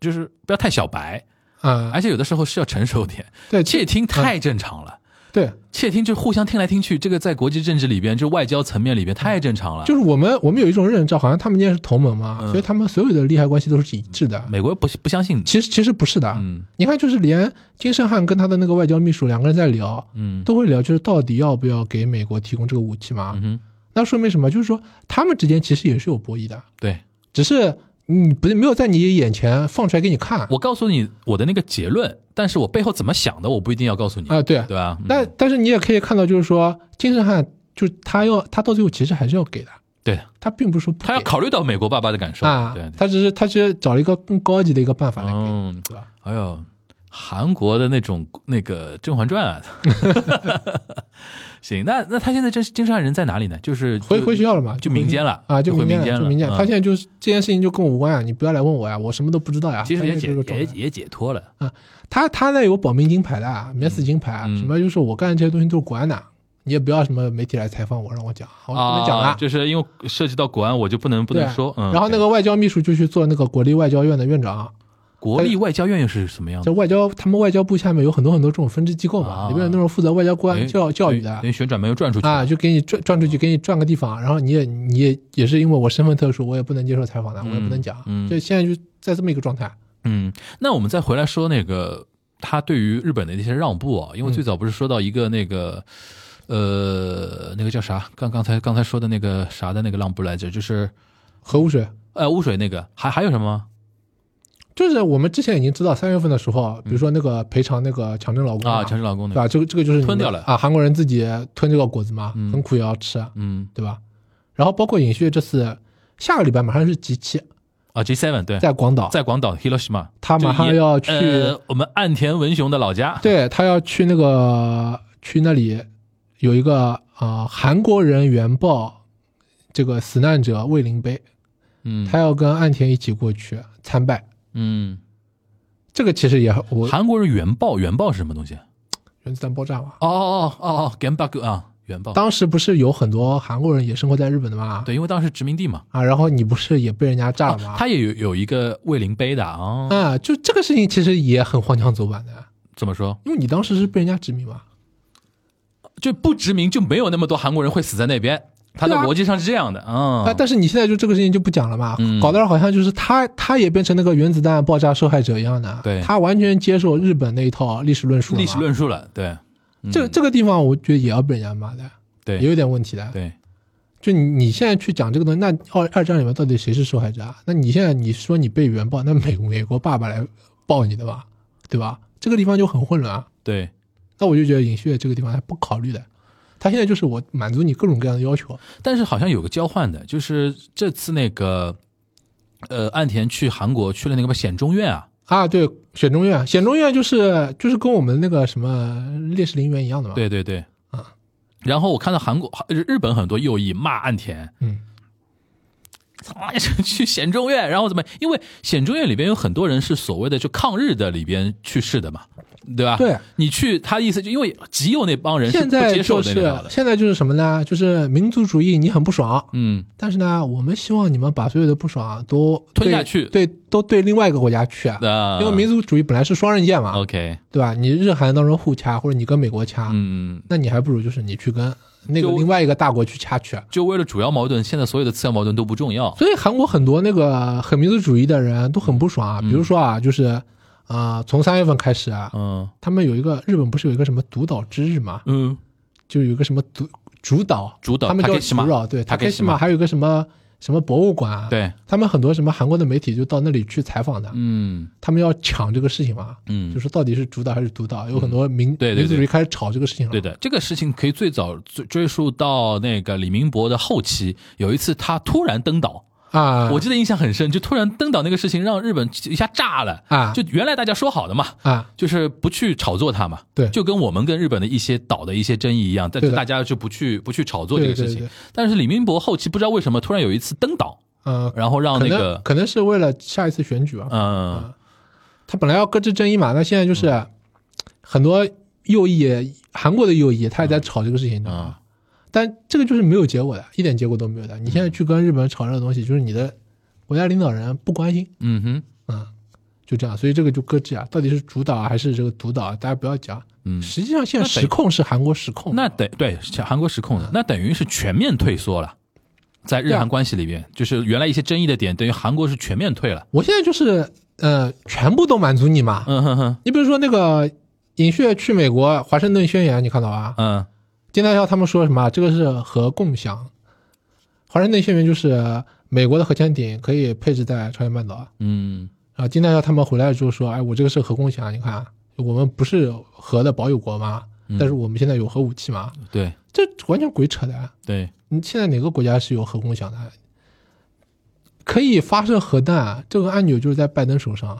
E: 就是不要太小白，
F: 啊，
E: 而且有的时候是要成熟点。
F: 对
E: 窃听太
F: 嗯
E: 正常了，
F: 对，
E: 窃听就互相听来听去，这个在国际政治里边，就外交层面里边太正常了。
F: 就是我们我们有一种认知，好像他们之间是同盟
E: 嗯
F: 嘛，所以他们所有的利害关系都是一致的。
E: 美国不不相信，
F: 其实其实不是啊的，
E: 嗯
F: 你看，就是连金圣汉跟他的那个外交秘书两个人在聊，
E: 嗯
F: 都会聊，就是到底要不要给美国提供这个武器嘛？
E: 嗯哼，
F: 那说明什么？就是说他们之间其实也是有博弈的，
E: 对
F: 只是你不是没有在你眼前放出来给你看。
E: 我告诉你我的那个结论，但是我背后怎么想的，我不一定要告诉你，
F: 啊，对，
E: 对吧？嗯
F: 但但是你也可以看到，就是说金圣汉，就是他要他到最后其实还是要给的，
E: 对
F: 他并不是说不
E: 他要
F: 给
E: 考虑到美国爸爸的感受，
F: 啊
E: 对，，
F: 他只是他只是找了一个更高级的一个办法来给，
E: 嗯，
F: 对吧？
E: 哎呦，韩国的那种那个《甄嬛传》啊， 行，那那他现在这金山人在哪里呢？就是
F: 回回学校了嘛，
E: 就民间了
F: 啊，就
E: 就回
F: 民
E: 民间
F: 了，
E: 了
F: 就民间。
E: 嗯
F: 他现在就是这件事情就跟我无关啊，你不要来问我呀，我什么都不知道呀。
E: 其实也
F: 他现在
E: 解
F: 这个状
E: 也
F: 态
E: 也解脱了，
F: 他他那有保密金牌的啊，免死金牌啊，
E: 嗯
F: 什么就是我干的这些东西都是国安的，你也不要什么媒体来采访我让我讲，我不能讲
E: 啊，
F: 了。
E: 就是因为涉及到国安，我就不能不
F: 对啊
E: 能说。嗯，
F: 然后那个外交秘书就去做那个国立外交院的院长，
E: 国立外交院又是什么样
F: 在
E: 的？
F: 外交他们外交部下面有很多很多这种分支机构嘛，
E: 啊
F: 里面有那种负责外交官
E: 哎
F: 教教育
E: 等
F: 的
E: 于旋转门又转出去
F: 啊，
E: 了。
F: 就给你转转出去，给你转个地方，然后你也你也也是因为我身份特殊，我也不能接受采访的，我也不能讲，
E: 嗯嗯
F: 就现在就在这么一个状态。
E: 嗯，那我们再回来说那个他对于日本的那些让步啊，因为最早不是说到一个那个。呃，那个叫啥？刚刚才刚才说的那个啥的那个让步来着，就是
F: 核污水
E: 呃，污水那个，还还有什么吗
F: 就是我们之前已经知道，三月份的时候，比如说那个赔偿那个强征劳工嘛
E: 嗯啊？强制劳工
F: 对
E: 那个，
F: 吧？这个这个就是你们
E: 吞掉了
F: 啊，韩国人自己吞这个果子嘛，
E: 嗯
F: 很苦也要吃，
E: 嗯
F: 对吧？然后包括尹旭这次下个礼拜马上是 G 七，
E: 啊，G seven 对，
F: 在广岛，
E: 在广岛 Hiroshima，
F: 他马上要去
E: 就也呃我们岸田文雄的老家，
F: 对他要去那个去那里有一个啊、呃韩国人原爆这个死难者慰灵碑，
E: 嗯
F: 他要跟岸田一起过去参拜。
E: 嗯，
F: 这个其实也我
E: 韩国人原爆，原爆是什么东西？
F: 哦原子弹爆炸嘛，
E: 哦哦哦哦，原爆啊，原爆，
F: 当时不是有很多韩国人也生活在日本的嘛？
E: 对，因为当时殖民地嘛，
F: 啊，然后你不是也被人家炸了吗？
E: 他也有有一个慰灵碑的啊，哦
F: 啊，就这个事情其实也很荒腔走板的，
E: 怎么说？
F: 因为你当时是被人家殖民嘛。
E: 就不殖民就没有那么多韩国人会死在那边，他的
F: 对啊
E: 逻辑上是这样的，嗯
F: 啊，，但是你现在就这个事情就不讲了嘛，
E: 嗯
F: 搞得好像就是他他也变成那个原子弹爆炸受害者一样的，
E: 对
F: 他完全接受日本那一套历史论述了嘛，
E: 历史论述了，对，嗯
F: 这这个地方我觉得也要被人家骂的，也
E: 对
F: 有点问题的。
E: 对，
F: 就你你现在去讲这个东西，那二二战里面到底谁是受害者啊？那你现在你说你被原爆，那美美国爸爸来爆你的吧，对吧？这个地方就很混乱啊。
E: 对，
F: 那我就觉得尹旭这个地方还不考虑的，他现在就是我满足你各种各样的要求，
E: 但是好像有个交换的，就是这次那个，呃，岸田去韩国去了那个显忠院啊，
F: 啊，对，选中院，选中院就是就是跟我们那个什么烈士陵园一样的嘛。，
E: 对对对，
F: 啊。
E: 然后我看到韩国、日日本很多右翼骂岸田，
F: 嗯，
E: 操你是去显忠院，然后怎么？因为显忠院里边有很多人是所谓的就抗日的里边去世的嘛，对吧？
F: 对，
E: 你去他的意思就因为极右那帮人是
F: 现
E: 不
F: 在
E: 接受
F: 就
E: 那
F: 是啊
E: 个的，
F: 现在就是什么呢？就是民族主义，你很不爽，
E: 嗯，
F: 但是呢，我们希望你们把所有的不爽都
E: 吞
F: 对
E: 下去嗯
F: 对，都对另外一个国家去啊。
E: 那
F: 因为民族主义本来是双刃剑嘛，
E: OK，
F: 对吧？你日韩当中互掐，或者你跟美国掐，
E: 哦嗯，
F: 那你还不如就是你去跟那个
E: 就
F: 另外一个大国去掐去。啊
E: 就为了主要矛盾，现在所有的次要矛盾都不重要，
F: 所以韩国很多那个很民族主义的人都很不爽啊，比如说啊，就是啊、呃从三月份开始啊，
E: 嗯
F: 他们有一个日本不是有一个什么独岛之日嘛，
E: 嗯，
F: 就有一个什么独主岛，
E: 主岛
F: 他们叫
E: Takeshima
F: 主岛，对，塔
E: Takeshima
F: 克西玛，还有一个什么什么博物馆啊，，
E: 对，
F: 他们很多什么韩国的媒体就到那里去采访的，
E: 嗯。
F: 他们要抢这个事情嘛，
E: 嗯
F: 就是到底是主岛还是独岛，有很多民
E: 对对对
F: 民族主义开始吵这个事情了，
E: 对的，这个事情可以最早追追溯到那个李明博的后期，有一次他突然登岛，
F: 啊，
E: 我记得印象很深，就突然登岛那个事情让日本一下炸了
F: 啊
E: 就原来大家说好的嘛。
F: 啊，
E: 就是不去炒作它嘛，
F: 对
E: 就跟我们跟日本的一些岛的一些争议一样，但是
F: 对的
E: 大家就不去不去炒作这个事情。
F: 对对对
E: 但是李明博后期不知道为什么突然有一次登岛，
F: 呃，
E: 然后让
F: 可
E: 那
F: 能
E: 个
F: 可能是为了下一次选举啊，
E: 嗯
F: 他本来要搁置争议嘛，那现在就是很多右翼，韩国的右翼，他也在
E: 嗯
F: 吵这个事情，你知道吗？但这个就是没有结果的，一点结果都没有的。你现在去跟日本吵这个东西，就是你的国家领导人不关心，
E: 嗯哼，
F: 啊，就这样，所以这个就搁置啊，到底是主导啊还是这个独导啊，大家不要讲。
E: 嗯
F: 实际上现在
E: 那得
F: 实控是韩国实控，嗯
E: 那等对像韩国失控的，那等于是全面退缩了，在日
F: 对啊
E: 韩关系里边，就是原来一些争议的点，等于韩国是全面退了。
F: 我现在就是呃，全部都满足你嘛。
E: 嗯哼哼，
F: 你比如说那个尹雪去美国《华盛顿宣言》，你看到吧？
E: 嗯
F: 金大霄他们说什么？啊这个是核共享，《华盛顿宣言》就是美国的核潜艇可以配置在朝鲜半岛啊。
E: 嗯
F: 然后金大霄他们回来之后说：“哎，我这个是核共享，你看啊我们不是核的保有国嘛，
E: 嗯
F: 但是我们现在有核武器嘛，
E: 对
F: 这完全鬼扯淡。
E: 对，
F: 你现在哪个国家是有核共享的？啊可以发射核弹，啊这个按钮就是在拜登手上。”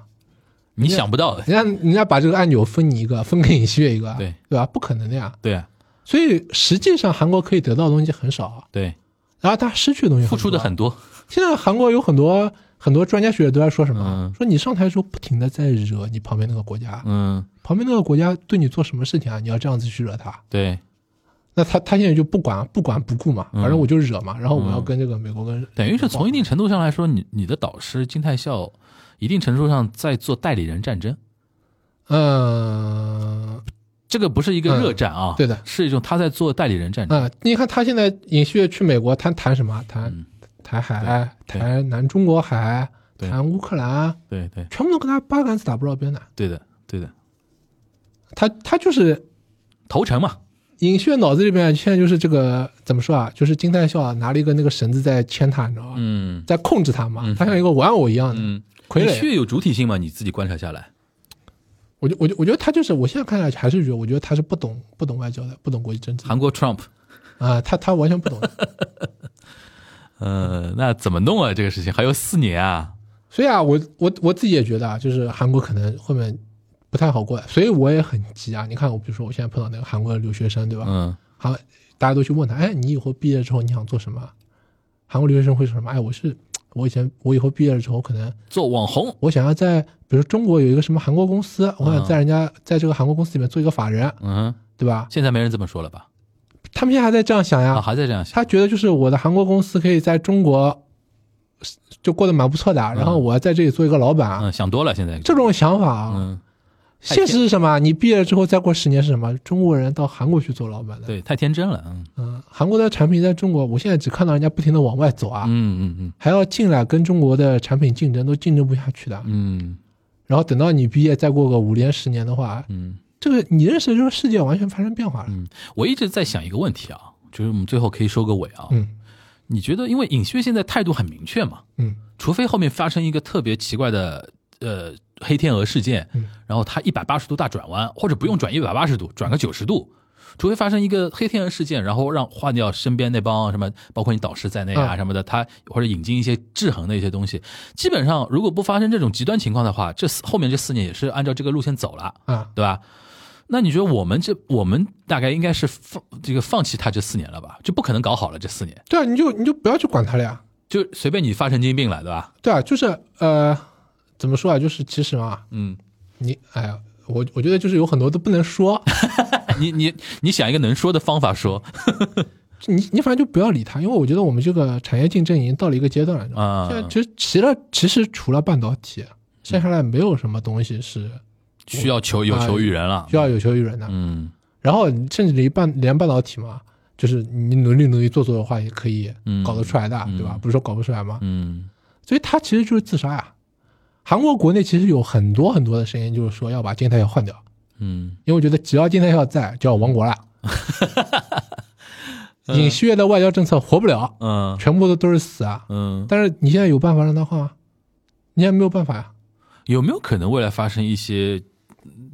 E: 你想不到的，
F: 人家人家把这个按钮分你一个，分给尹锡悦一个，
E: 哎
F: 啊
E: 对
F: 对吧？不可能的呀。
E: 对啊
F: 所以实际上韩国可以得到的东西很少，啊
E: 对，
F: 然后他失去的东西
E: 付出的
F: 很
E: 很
F: 多。啊
E: 多。
F: 现在韩国有很多很多专家学者都在说什么
E: 嗯？
F: 说你上台的时候不停的在惹你旁边那个国家，啊
E: 嗯，
F: 旁边那个国家对你做什么事情啊？你要这样子去惹他，
E: 对
F: 那他他现在就不管不管不顾嘛，
E: 嗯
F: 反正我就惹嘛，然后我要跟这个美国跟
E: 等于是从一定程度上来说，你你的导师金泰孝，一定程度上在做代理人战争。
F: 嗯
E: 这个不是一个热战啊，
F: 嗯对的
E: 是一种他在做代理人战争。
F: 啊，你看他现在尹锡悦去美国，他谈什么？啊谈
E: 嗯
F: 谈海，
E: 对
F: 谈南中国海，
E: 对
F: 谈乌克兰，
E: 对对
F: 全部都跟他八竿子打不着边的。
E: 对的对的，
F: 他他就是
E: 投诚嘛，
F: 尹锡悦脑子里边现在就是这个怎么说啊？就是金泰孝啊，拿了一个那个绳子在牵他，你知道吧？
E: 嗯
F: 在控制他嘛，
E: 嗯
F: 他像一个玩偶一样的、
E: 嗯，
F: 傀
E: 你
F: 儡。
E: 去有主体性嘛？你自己观察下来，
F: 我就我就我觉得他就是，我现在看下去还是觉得，我觉得他是不懂不懂外交的，不懂国际政治啊、
E: 韩国 Trump，
F: 他他完全不懂。
E: 呃，那怎么弄啊？这个事情还有四年啊，
F: 所以啊，我我我自己也觉得啊，就是韩国可能后面不太好过，所以我也很急啊。你看，我比如说我现在碰到那个韩国的留学生，对吧？
E: 嗯
F: 韩大家都去问他，哎，你以后毕业之后你想做什么？韩国留学生会说什么？哎，我是我以前我以后毕业了之后，可能
E: 做网红，
F: 我想要在比如中国有一个什么韩国公司，我
E: 啊
F: 想在人家在这个韩国公司里面做一个法人，
E: 嗯，
F: 对吧？
E: 现在没人这么说了吧？
F: 他们现在还在这样想呀，
E: 啊，还在这样想，
F: 他觉得就是我的韩国公司可以在中国就过得蛮不错的，啊然后我在这里做一个老板，啊
E: 嗯，想多了现在
F: 这，种想法啊。
E: 嗯，
F: 现实是什么？你毕业了之后，再过十年是什么？中国人到韩国去做老板的。，
E: 对，太天真了，嗯
F: 嗯，韩国的产品在中国，我现在只看到人家不停的往外走啊，
E: 嗯嗯
F: 还要进来跟中国的产品竞争，都竞争不下去的。
E: 嗯
F: 然后等到你毕业，再过个五年、十年的话，
E: 嗯
F: 这个你认识的这个世界完全发生变化了。
E: 嗯，我一直在想一个问题啊，就是我们最后可以收个尾啊，
F: 嗯
E: 你觉得，因为尹薛现在态度很明确嘛，
F: 嗯，
E: 除非后面发生一个特别奇怪的呃黑天鹅事件，
F: 嗯
E: 然后他一百八十度大转弯，或者不用转一百八十度，转个九十度，除非发生一个黑天鹅事件，然后让换掉身边那帮什么，包括你导师在内啊
F: 嗯
E: 什么的，他或者引进一些制衡的一些东西。基本上，如果不发生这种极端情况的话，这四后面这四年也是按照这个路线走了，
F: 啊，
E: 对吧？那你觉得我们这我们大概应该是放这个放弃他这四年了吧？就不可能搞好了这四年。
F: 对啊，你就你就不要去管他了呀。
E: 就随便你发神经病了，对吧？
F: 对啊，就是呃，怎么说啊？就是其实啊，
E: 嗯，
F: 你哎呀，我我觉得就是有很多都不能说，
E: 你你你想一个能说的方法说
F: 你你反正就不要理他，因为我觉得我们这个产业竞争已经到了一个阶段了你知道吗。
E: 啊
F: 现，在其实除了其实除了半导体，剩下来没有什么东西是
E: 需要求有求于人了
F: 啊需。要有求于人的。
E: 嗯
F: 然后你甚至连半连半导体嘛，就是你努力努力做做的话，也可以
E: 嗯
F: 搞得出来的，
E: 嗯
F: 对吧？不是说搞不出来吗？
E: 嗯
F: 所以它其实就是自杀呀、韩国国内其实有很多很多的声音，就是说要把金泰耀换掉，
E: 嗯
F: 因为我觉得只要金泰耀在，就要 亡国了。尹锡悦的外交政策活不了，
E: 嗯
F: 全部都都是死啊！
E: 嗯，
F: 但是你现在有办法让他换吗？你现在没有办法呀、
E: 有没有可能未来发生一些，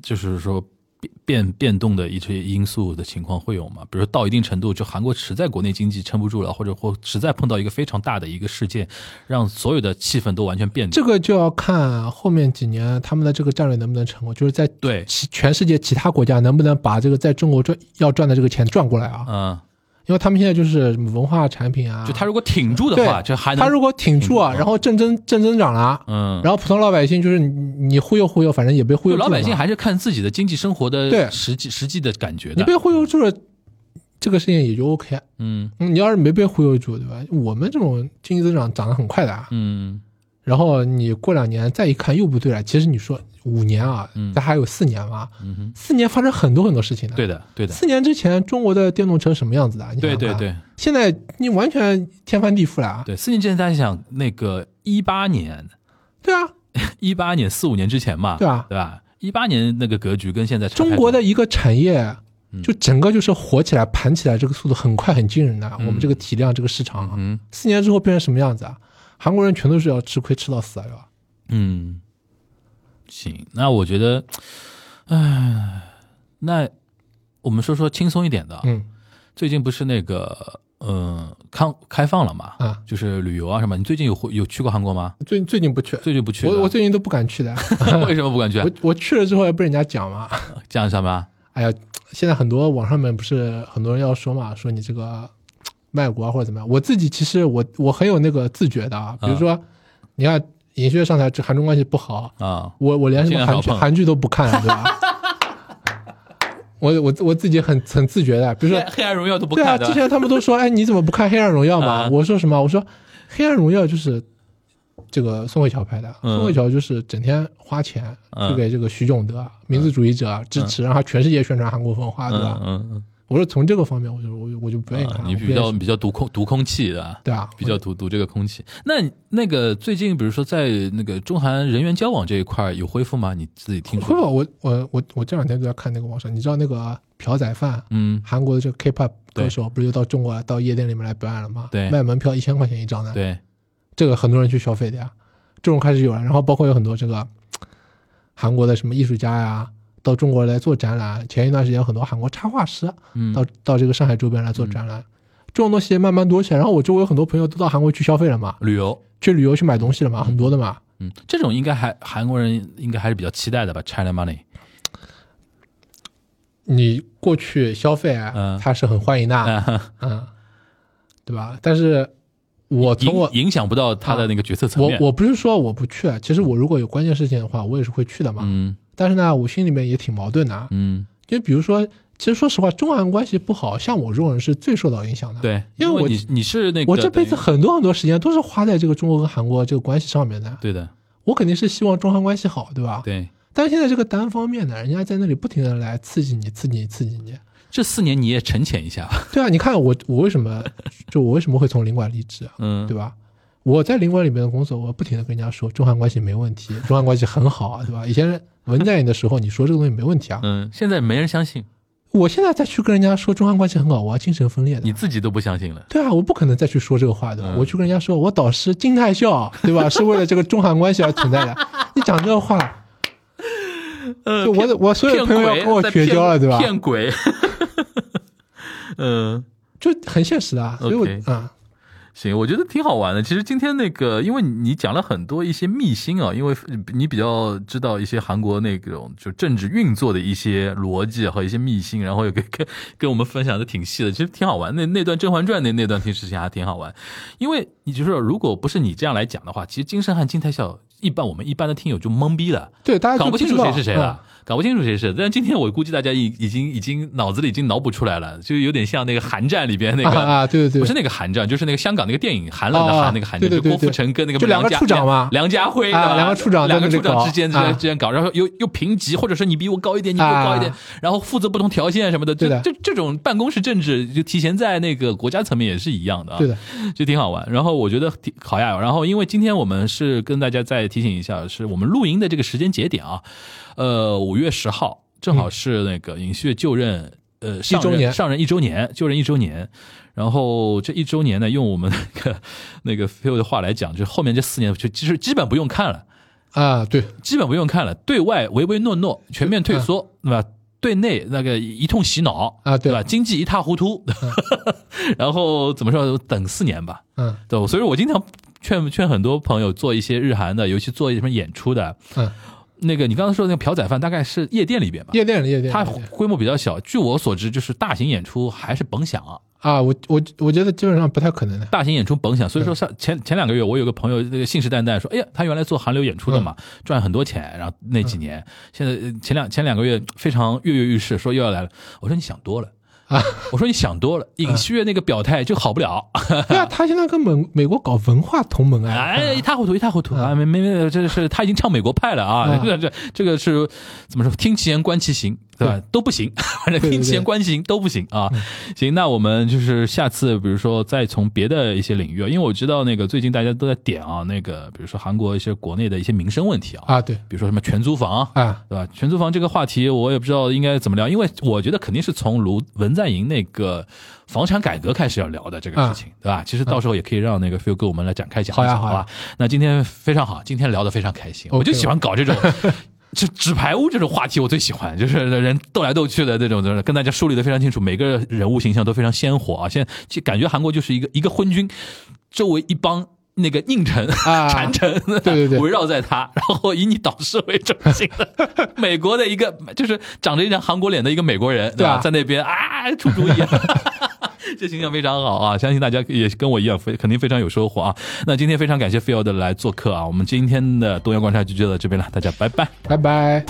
E: 就是说变变变动的一些因素的情况会有吗？比如到一定程度，就韩国实在国内经济撑不住了，或者或实在碰到一个非常大的一个事件，让所有的气氛都完全变
F: 这个就要看后面几年他们的这个战略能不能成功，就是在
E: 对，
F: 其全世界其他国家能不能把这个在中国赚要赚的这个钱赚过来啊？
E: 嗯，
F: 因为他们现在就是什么文化产品啊，
E: 就他如果挺住的
F: 对
E: 话，就还能
F: 啊他如果挺住啊，
E: 嗯
F: 然后正增正增长了，
E: 嗯，
F: 然后普通老百姓就是你你忽悠忽悠，反正也被忽
E: 就
F: 悠住了
E: 老
F: 嘛
E: 百姓还是看自己的经济生活的
F: 对
E: 实际实际的感觉
F: 你
E: 的。
F: 被忽悠住了，这个事情也就 OK。
E: 嗯
F: 嗯你要是没被忽悠住，对吧？我们这种经济增长涨得很快的啊，
E: 嗯
F: 然后你过两年再一看又不对了，其实你说五年啊，
E: 嗯
F: 咱还有四年嘛，
E: 嗯哼，
F: 四年发生很多很多事情的。
E: 对的，对的，
F: 四年之前中国的电动车什么样子的？啊你
E: 对
F: 想想
E: 对
F: 看
E: 对，
F: 现在你完全天翻地覆了啊！
E: 对。四年之前，大家想那个一八年，
F: 对啊，
E: 一八年四五年之前嘛，
F: 对啊
E: 对吧？一八年那个格局跟现在差太多
F: 中国的一个产业
E: 嗯
F: 就整个就是火起来、盘起来，这个速度很快、很惊人的。我们这个体量、这个市场啊，
E: 嗯
F: 四年之后变成什么样子啊？韩国人全都是要吃亏吃到死啊，对吧？
E: 嗯，行，那我觉得，唉，那我们说说轻松一点的，
F: 嗯，
E: 最近不是那个嗯开开放了嘛，
F: 啊
E: 就是旅游啊什么。你最近有回有去过韩国吗？
F: 最最近不去，
E: 最近不去了，
F: 我我最近都不敢去的。
E: 为什么不敢去啊
F: 我？我去了之后还被人家讲嘛，
E: 这样什么？
F: 哎呀，现在很多网上面不是很多人要说嘛，说你这个卖国啊或者怎么样。我自己其实我我很有那个自觉的啊，比如说，你看尹薛上台，这韩中关系不好，
E: 啊，
F: 我我连什
E: 尽量
F: 么韩
E: 少
F: 剧
E: 碰
F: 韩剧都不看，对吧？ 我我我自己很很自觉的，比如
E: 黑
F: 说
E: 暗，黑暗荣耀都不
F: 对啊，
E: 看的
F: 之，前他们都说，哎，你怎么不看《黑暗荣耀》嘛？
E: 啊
F: 我说什么？我说《黑暗荣耀》就是这个宋慧乔拍的，啊
E: 嗯
F: 宋慧乔就是整天花钱
E: 嗯
F: 就给这个徐永德、啊民族主义者支持，让他全世界宣传韩国文化，对
E: 嗯
F: 吧？
E: 嗯嗯
F: 啊我说从这个方面，我就我就我就不愿意
E: 啊
F: 看，，
E: 你
F: 我不
E: 比
F: 愿意
E: 较
F: 去
E: 比较读空读空气的啊，
F: 对啊，
E: 比较读读这个空气。那你那个最近，比如说在那个中韩人员交往这一块儿有恢复吗？你自己听
F: 会
E: 说？
F: 吧？我我我我这两天都在看那个网上，你知道那个朴宰范，
E: 嗯，
F: 韩国的这个 K-pop
E: 对
F: 歌手不是就到中国来到夜店里面来表演了吗？
E: 对
F: 卖门票一千块钱一张的，
E: 对，
F: 这个很多人去消费的呀，这种开始有了。然后包括有很多这个韩国的什么艺术家呀，到中国来做展览。前一段时间有很多韩国插画师啊
E: 嗯
F: 到、到这个上海周边来做展览，这种东西慢慢多起来。然后我周围有很多朋友都到韩国去消费了嘛，
E: 旅游，
F: 去旅游去买东西了嘛，很多的嘛。
E: 嗯，这种应该还韩国人应该还是比较期待的吧？China Money，
F: 你过去消费啊
E: 嗯，
F: 他是很欢迎的，嗯
E: 啊，
F: 对吧？但是我从 我啊
E: 影影响不到他的那个决策层
F: 我
E: 面。
F: 我不是说我不去，啊其实我如果有关键事情的话，我也是会去的嘛。
E: 嗯
F: 但是呢，我心里面也挺矛盾的啊，
E: 嗯，
F: 因为比如说，其实说实话，中韩关系不好，像我这种人是最受到影响的。，
E: 对，
F: 因为我
E: 你你是那个
F: 我这辈子
E: 等于
F: 很多很多时间都是花在这个中国跟韩国这个关系上面的，
E: 对的，
F: 我肯定是希望中韩关系好，对吧？。
E: 对，
F: 但是现在这个单方面的，人家在那里不停的来刺激你，刺激你，刺激你。
E: 这四年你也沉潜一下吧。
F: 对啊，你看我，我为什么，就我为什么会从领馆离职啊，
E: 嗯，
F: 对吧？我在领馆里面的工作，我不停的跟人家说中韩关系没问题，中韩关系很好啊，对吧？以前文在寅的时候，你说这个东西没问题啊，
E: 嗯，现在没人相信，
F: 我现在再去跟人家说中韩关系很好，我要精神分裂的
E: 你。自己都不相信了。
F: 对啊，我不可能再去说这个话的。
E: 嗯
F: 我去跟人家说，我导师金泰孝，对吧？是为了这个中韩关系而存在的。你讲这个话，就我的我所有
E: 呃骗
F: 朋友要
E: 鬼
F: 跟我
E: 在
F: 绝
E: 骗
F: 交了，对吧？
E: 骗鬼。 嗯，
F: 就很现实的啊。所以我
E: OK
F: 啊，
E: 行，我觉得挺好玩的。其实今天那个，因为你讲了很多一些秘辛啊，因为你比较知道一些韩国那种就政治运作的一些逻辑和一些秘辛，然后也给 跟跟我们分享的挺细的，其实挺好玩。那那段《甄嬛传》那那段听事情还挺好玩，因为你就说如果不是你这样来讲的话，其实金圣汉、金泰孝一般我们一般的听友就懵逼了。
F: 对大家
E: 搞
F: 哎就
E: 不清
F: 知
E: 楚
F: 道
E: 谁是谁了
F: 啊。，
E: 搞不清楚谁是。但今天我估计大家已已经已经脑子里已经脑补出来了，就有点像那个寒战里边那
F: 啊
E: 个。
F: 啊，对对
E: 不是
F: 对，
E: 那个寒战，就是那个香港那个电影《寒冷的
F: 哦
E: 寒
F: 哦》
E: 那个寒
F: 对
E: 战，
F: 对
E: 就郭
F: 对对
E: 富城跟那个
F: 就两个
E: 梁家
F: 处长嘛
E: 梁家辉
F: 啊
E: 对吧
F: 两个处长在
E: 两个
F: 那里
E: 处长
F: 搞
E: 之间之
F: 啊
E: 间之间搞，然后又又评级，或者是你比我高一点，你比我高一点
F: 啊，
E: 然后负责不同条线什么的，这
F: 对的
E: 这这种办公室政治就提前在那个国家层面也是一样的啊。
F: 对的，
E: 就挺好玩。然后我觉得挺好呀。然后因为今天我们是跟大家再提醒一下，是我们录音的这个时间节点啊，呃，五月十号，正好是那个尹旭就任。呃，上
F: 嗯周
E: 任
F: 年
E: 上任一周年，就任一周年，然后这一周年呢，用我们那个那个 Phil 的话来讲，就后面这四年就其实基本不用看了，
F: 啊对，
E: 基本不用看了，对外唯唯诺诺，全面退缩，对吧？对内那个一通洗脑
F: 嗯啊对
E: 对吧？经济一塌糊涂， 然后怎么说？等四年吧，
F: 嗯
E: 对，所以我经常劝劝很多朋友做一些日韩的，尤其做一些什么演出的。
F: 嗯，
E: 那个你刚才说的那个朴宰范，大概是夜店里边吧？
F: 夜店里夜店里
E: 它
F: 夜店里
E: 规模比较小，据我所知，就是大型演出还是甭想啊，
F: 啊，我我我觉得基本上不太可 能的。
E: 大型演出甭想。所以说上前前两个月，我有个朋友那个信誓旦旦说，哎呀，他原来做韩流演
F: 嗯
E: 出的嘛，赚很多钱，然后那几年，现在呃前两前两个月非常跃跃欲试，说又要来了。我说你想多了，啊！我说你想多 了，尹锡悦那个表态就好不了，
F: 对啊，他现在跟美美国搞文化同盟啊，
E: 哎，一塌糊涂，一塌糊涂啊！没没没，这是他已经唱美国派了啊！
F: 啊
E: 这这这个是怎么说？听其言观其行，对吧？ 都不行，反正
F: 对对嗯
E: 听其言观其行都不行啊！ 行，那我们就是下次，比如说再从别的一些领域，因为我知道那个最近大家都在点啊，那个比如说韩国一些国内的一些民生问题啊，
F: 啊，对
E: 比如说什么全租房啊
F: 啊，
E: 对吧？全租房这个话题，我也不知道应该怎么聊，因为我觉得肯定是从卢文在寅那个房产改革开始要聊的这个事情，对吧？其实到时候也可以让那个 Phil 哥我们来展开讲一
F: 嗯好呀
E: 讲，
F: 好呀
E: 吧？那今天非常好，今天聊得非常开心，我就
F: OK
E: 喜欢搞这种。就纸牌屋这种话题，我最喜欢，就是人斗来斗去的这种，就是跟大家梳理的非常清楚，每个人物形象都非常鲜活啊。现在就感觉韩国就是一个一个昏君，周围一帮那个佞臣、
F: 啊
E: 谗臣，
F: 对对对
E: 围绕在他， 然后以你导师为中心 的美国的一个，就是长着一张韩国脸的一个美国人，对
F: 对
E: 吧？
F: 啊
E: 在那边啊 出主意。这形象非常好啊！相信大家也跟我一样，非肯定非常有收获啊。那今天非常感谢 Field 来做客啊，我们今天的东阳观察就就到这边了，大家拜拜。
F: 拜拜。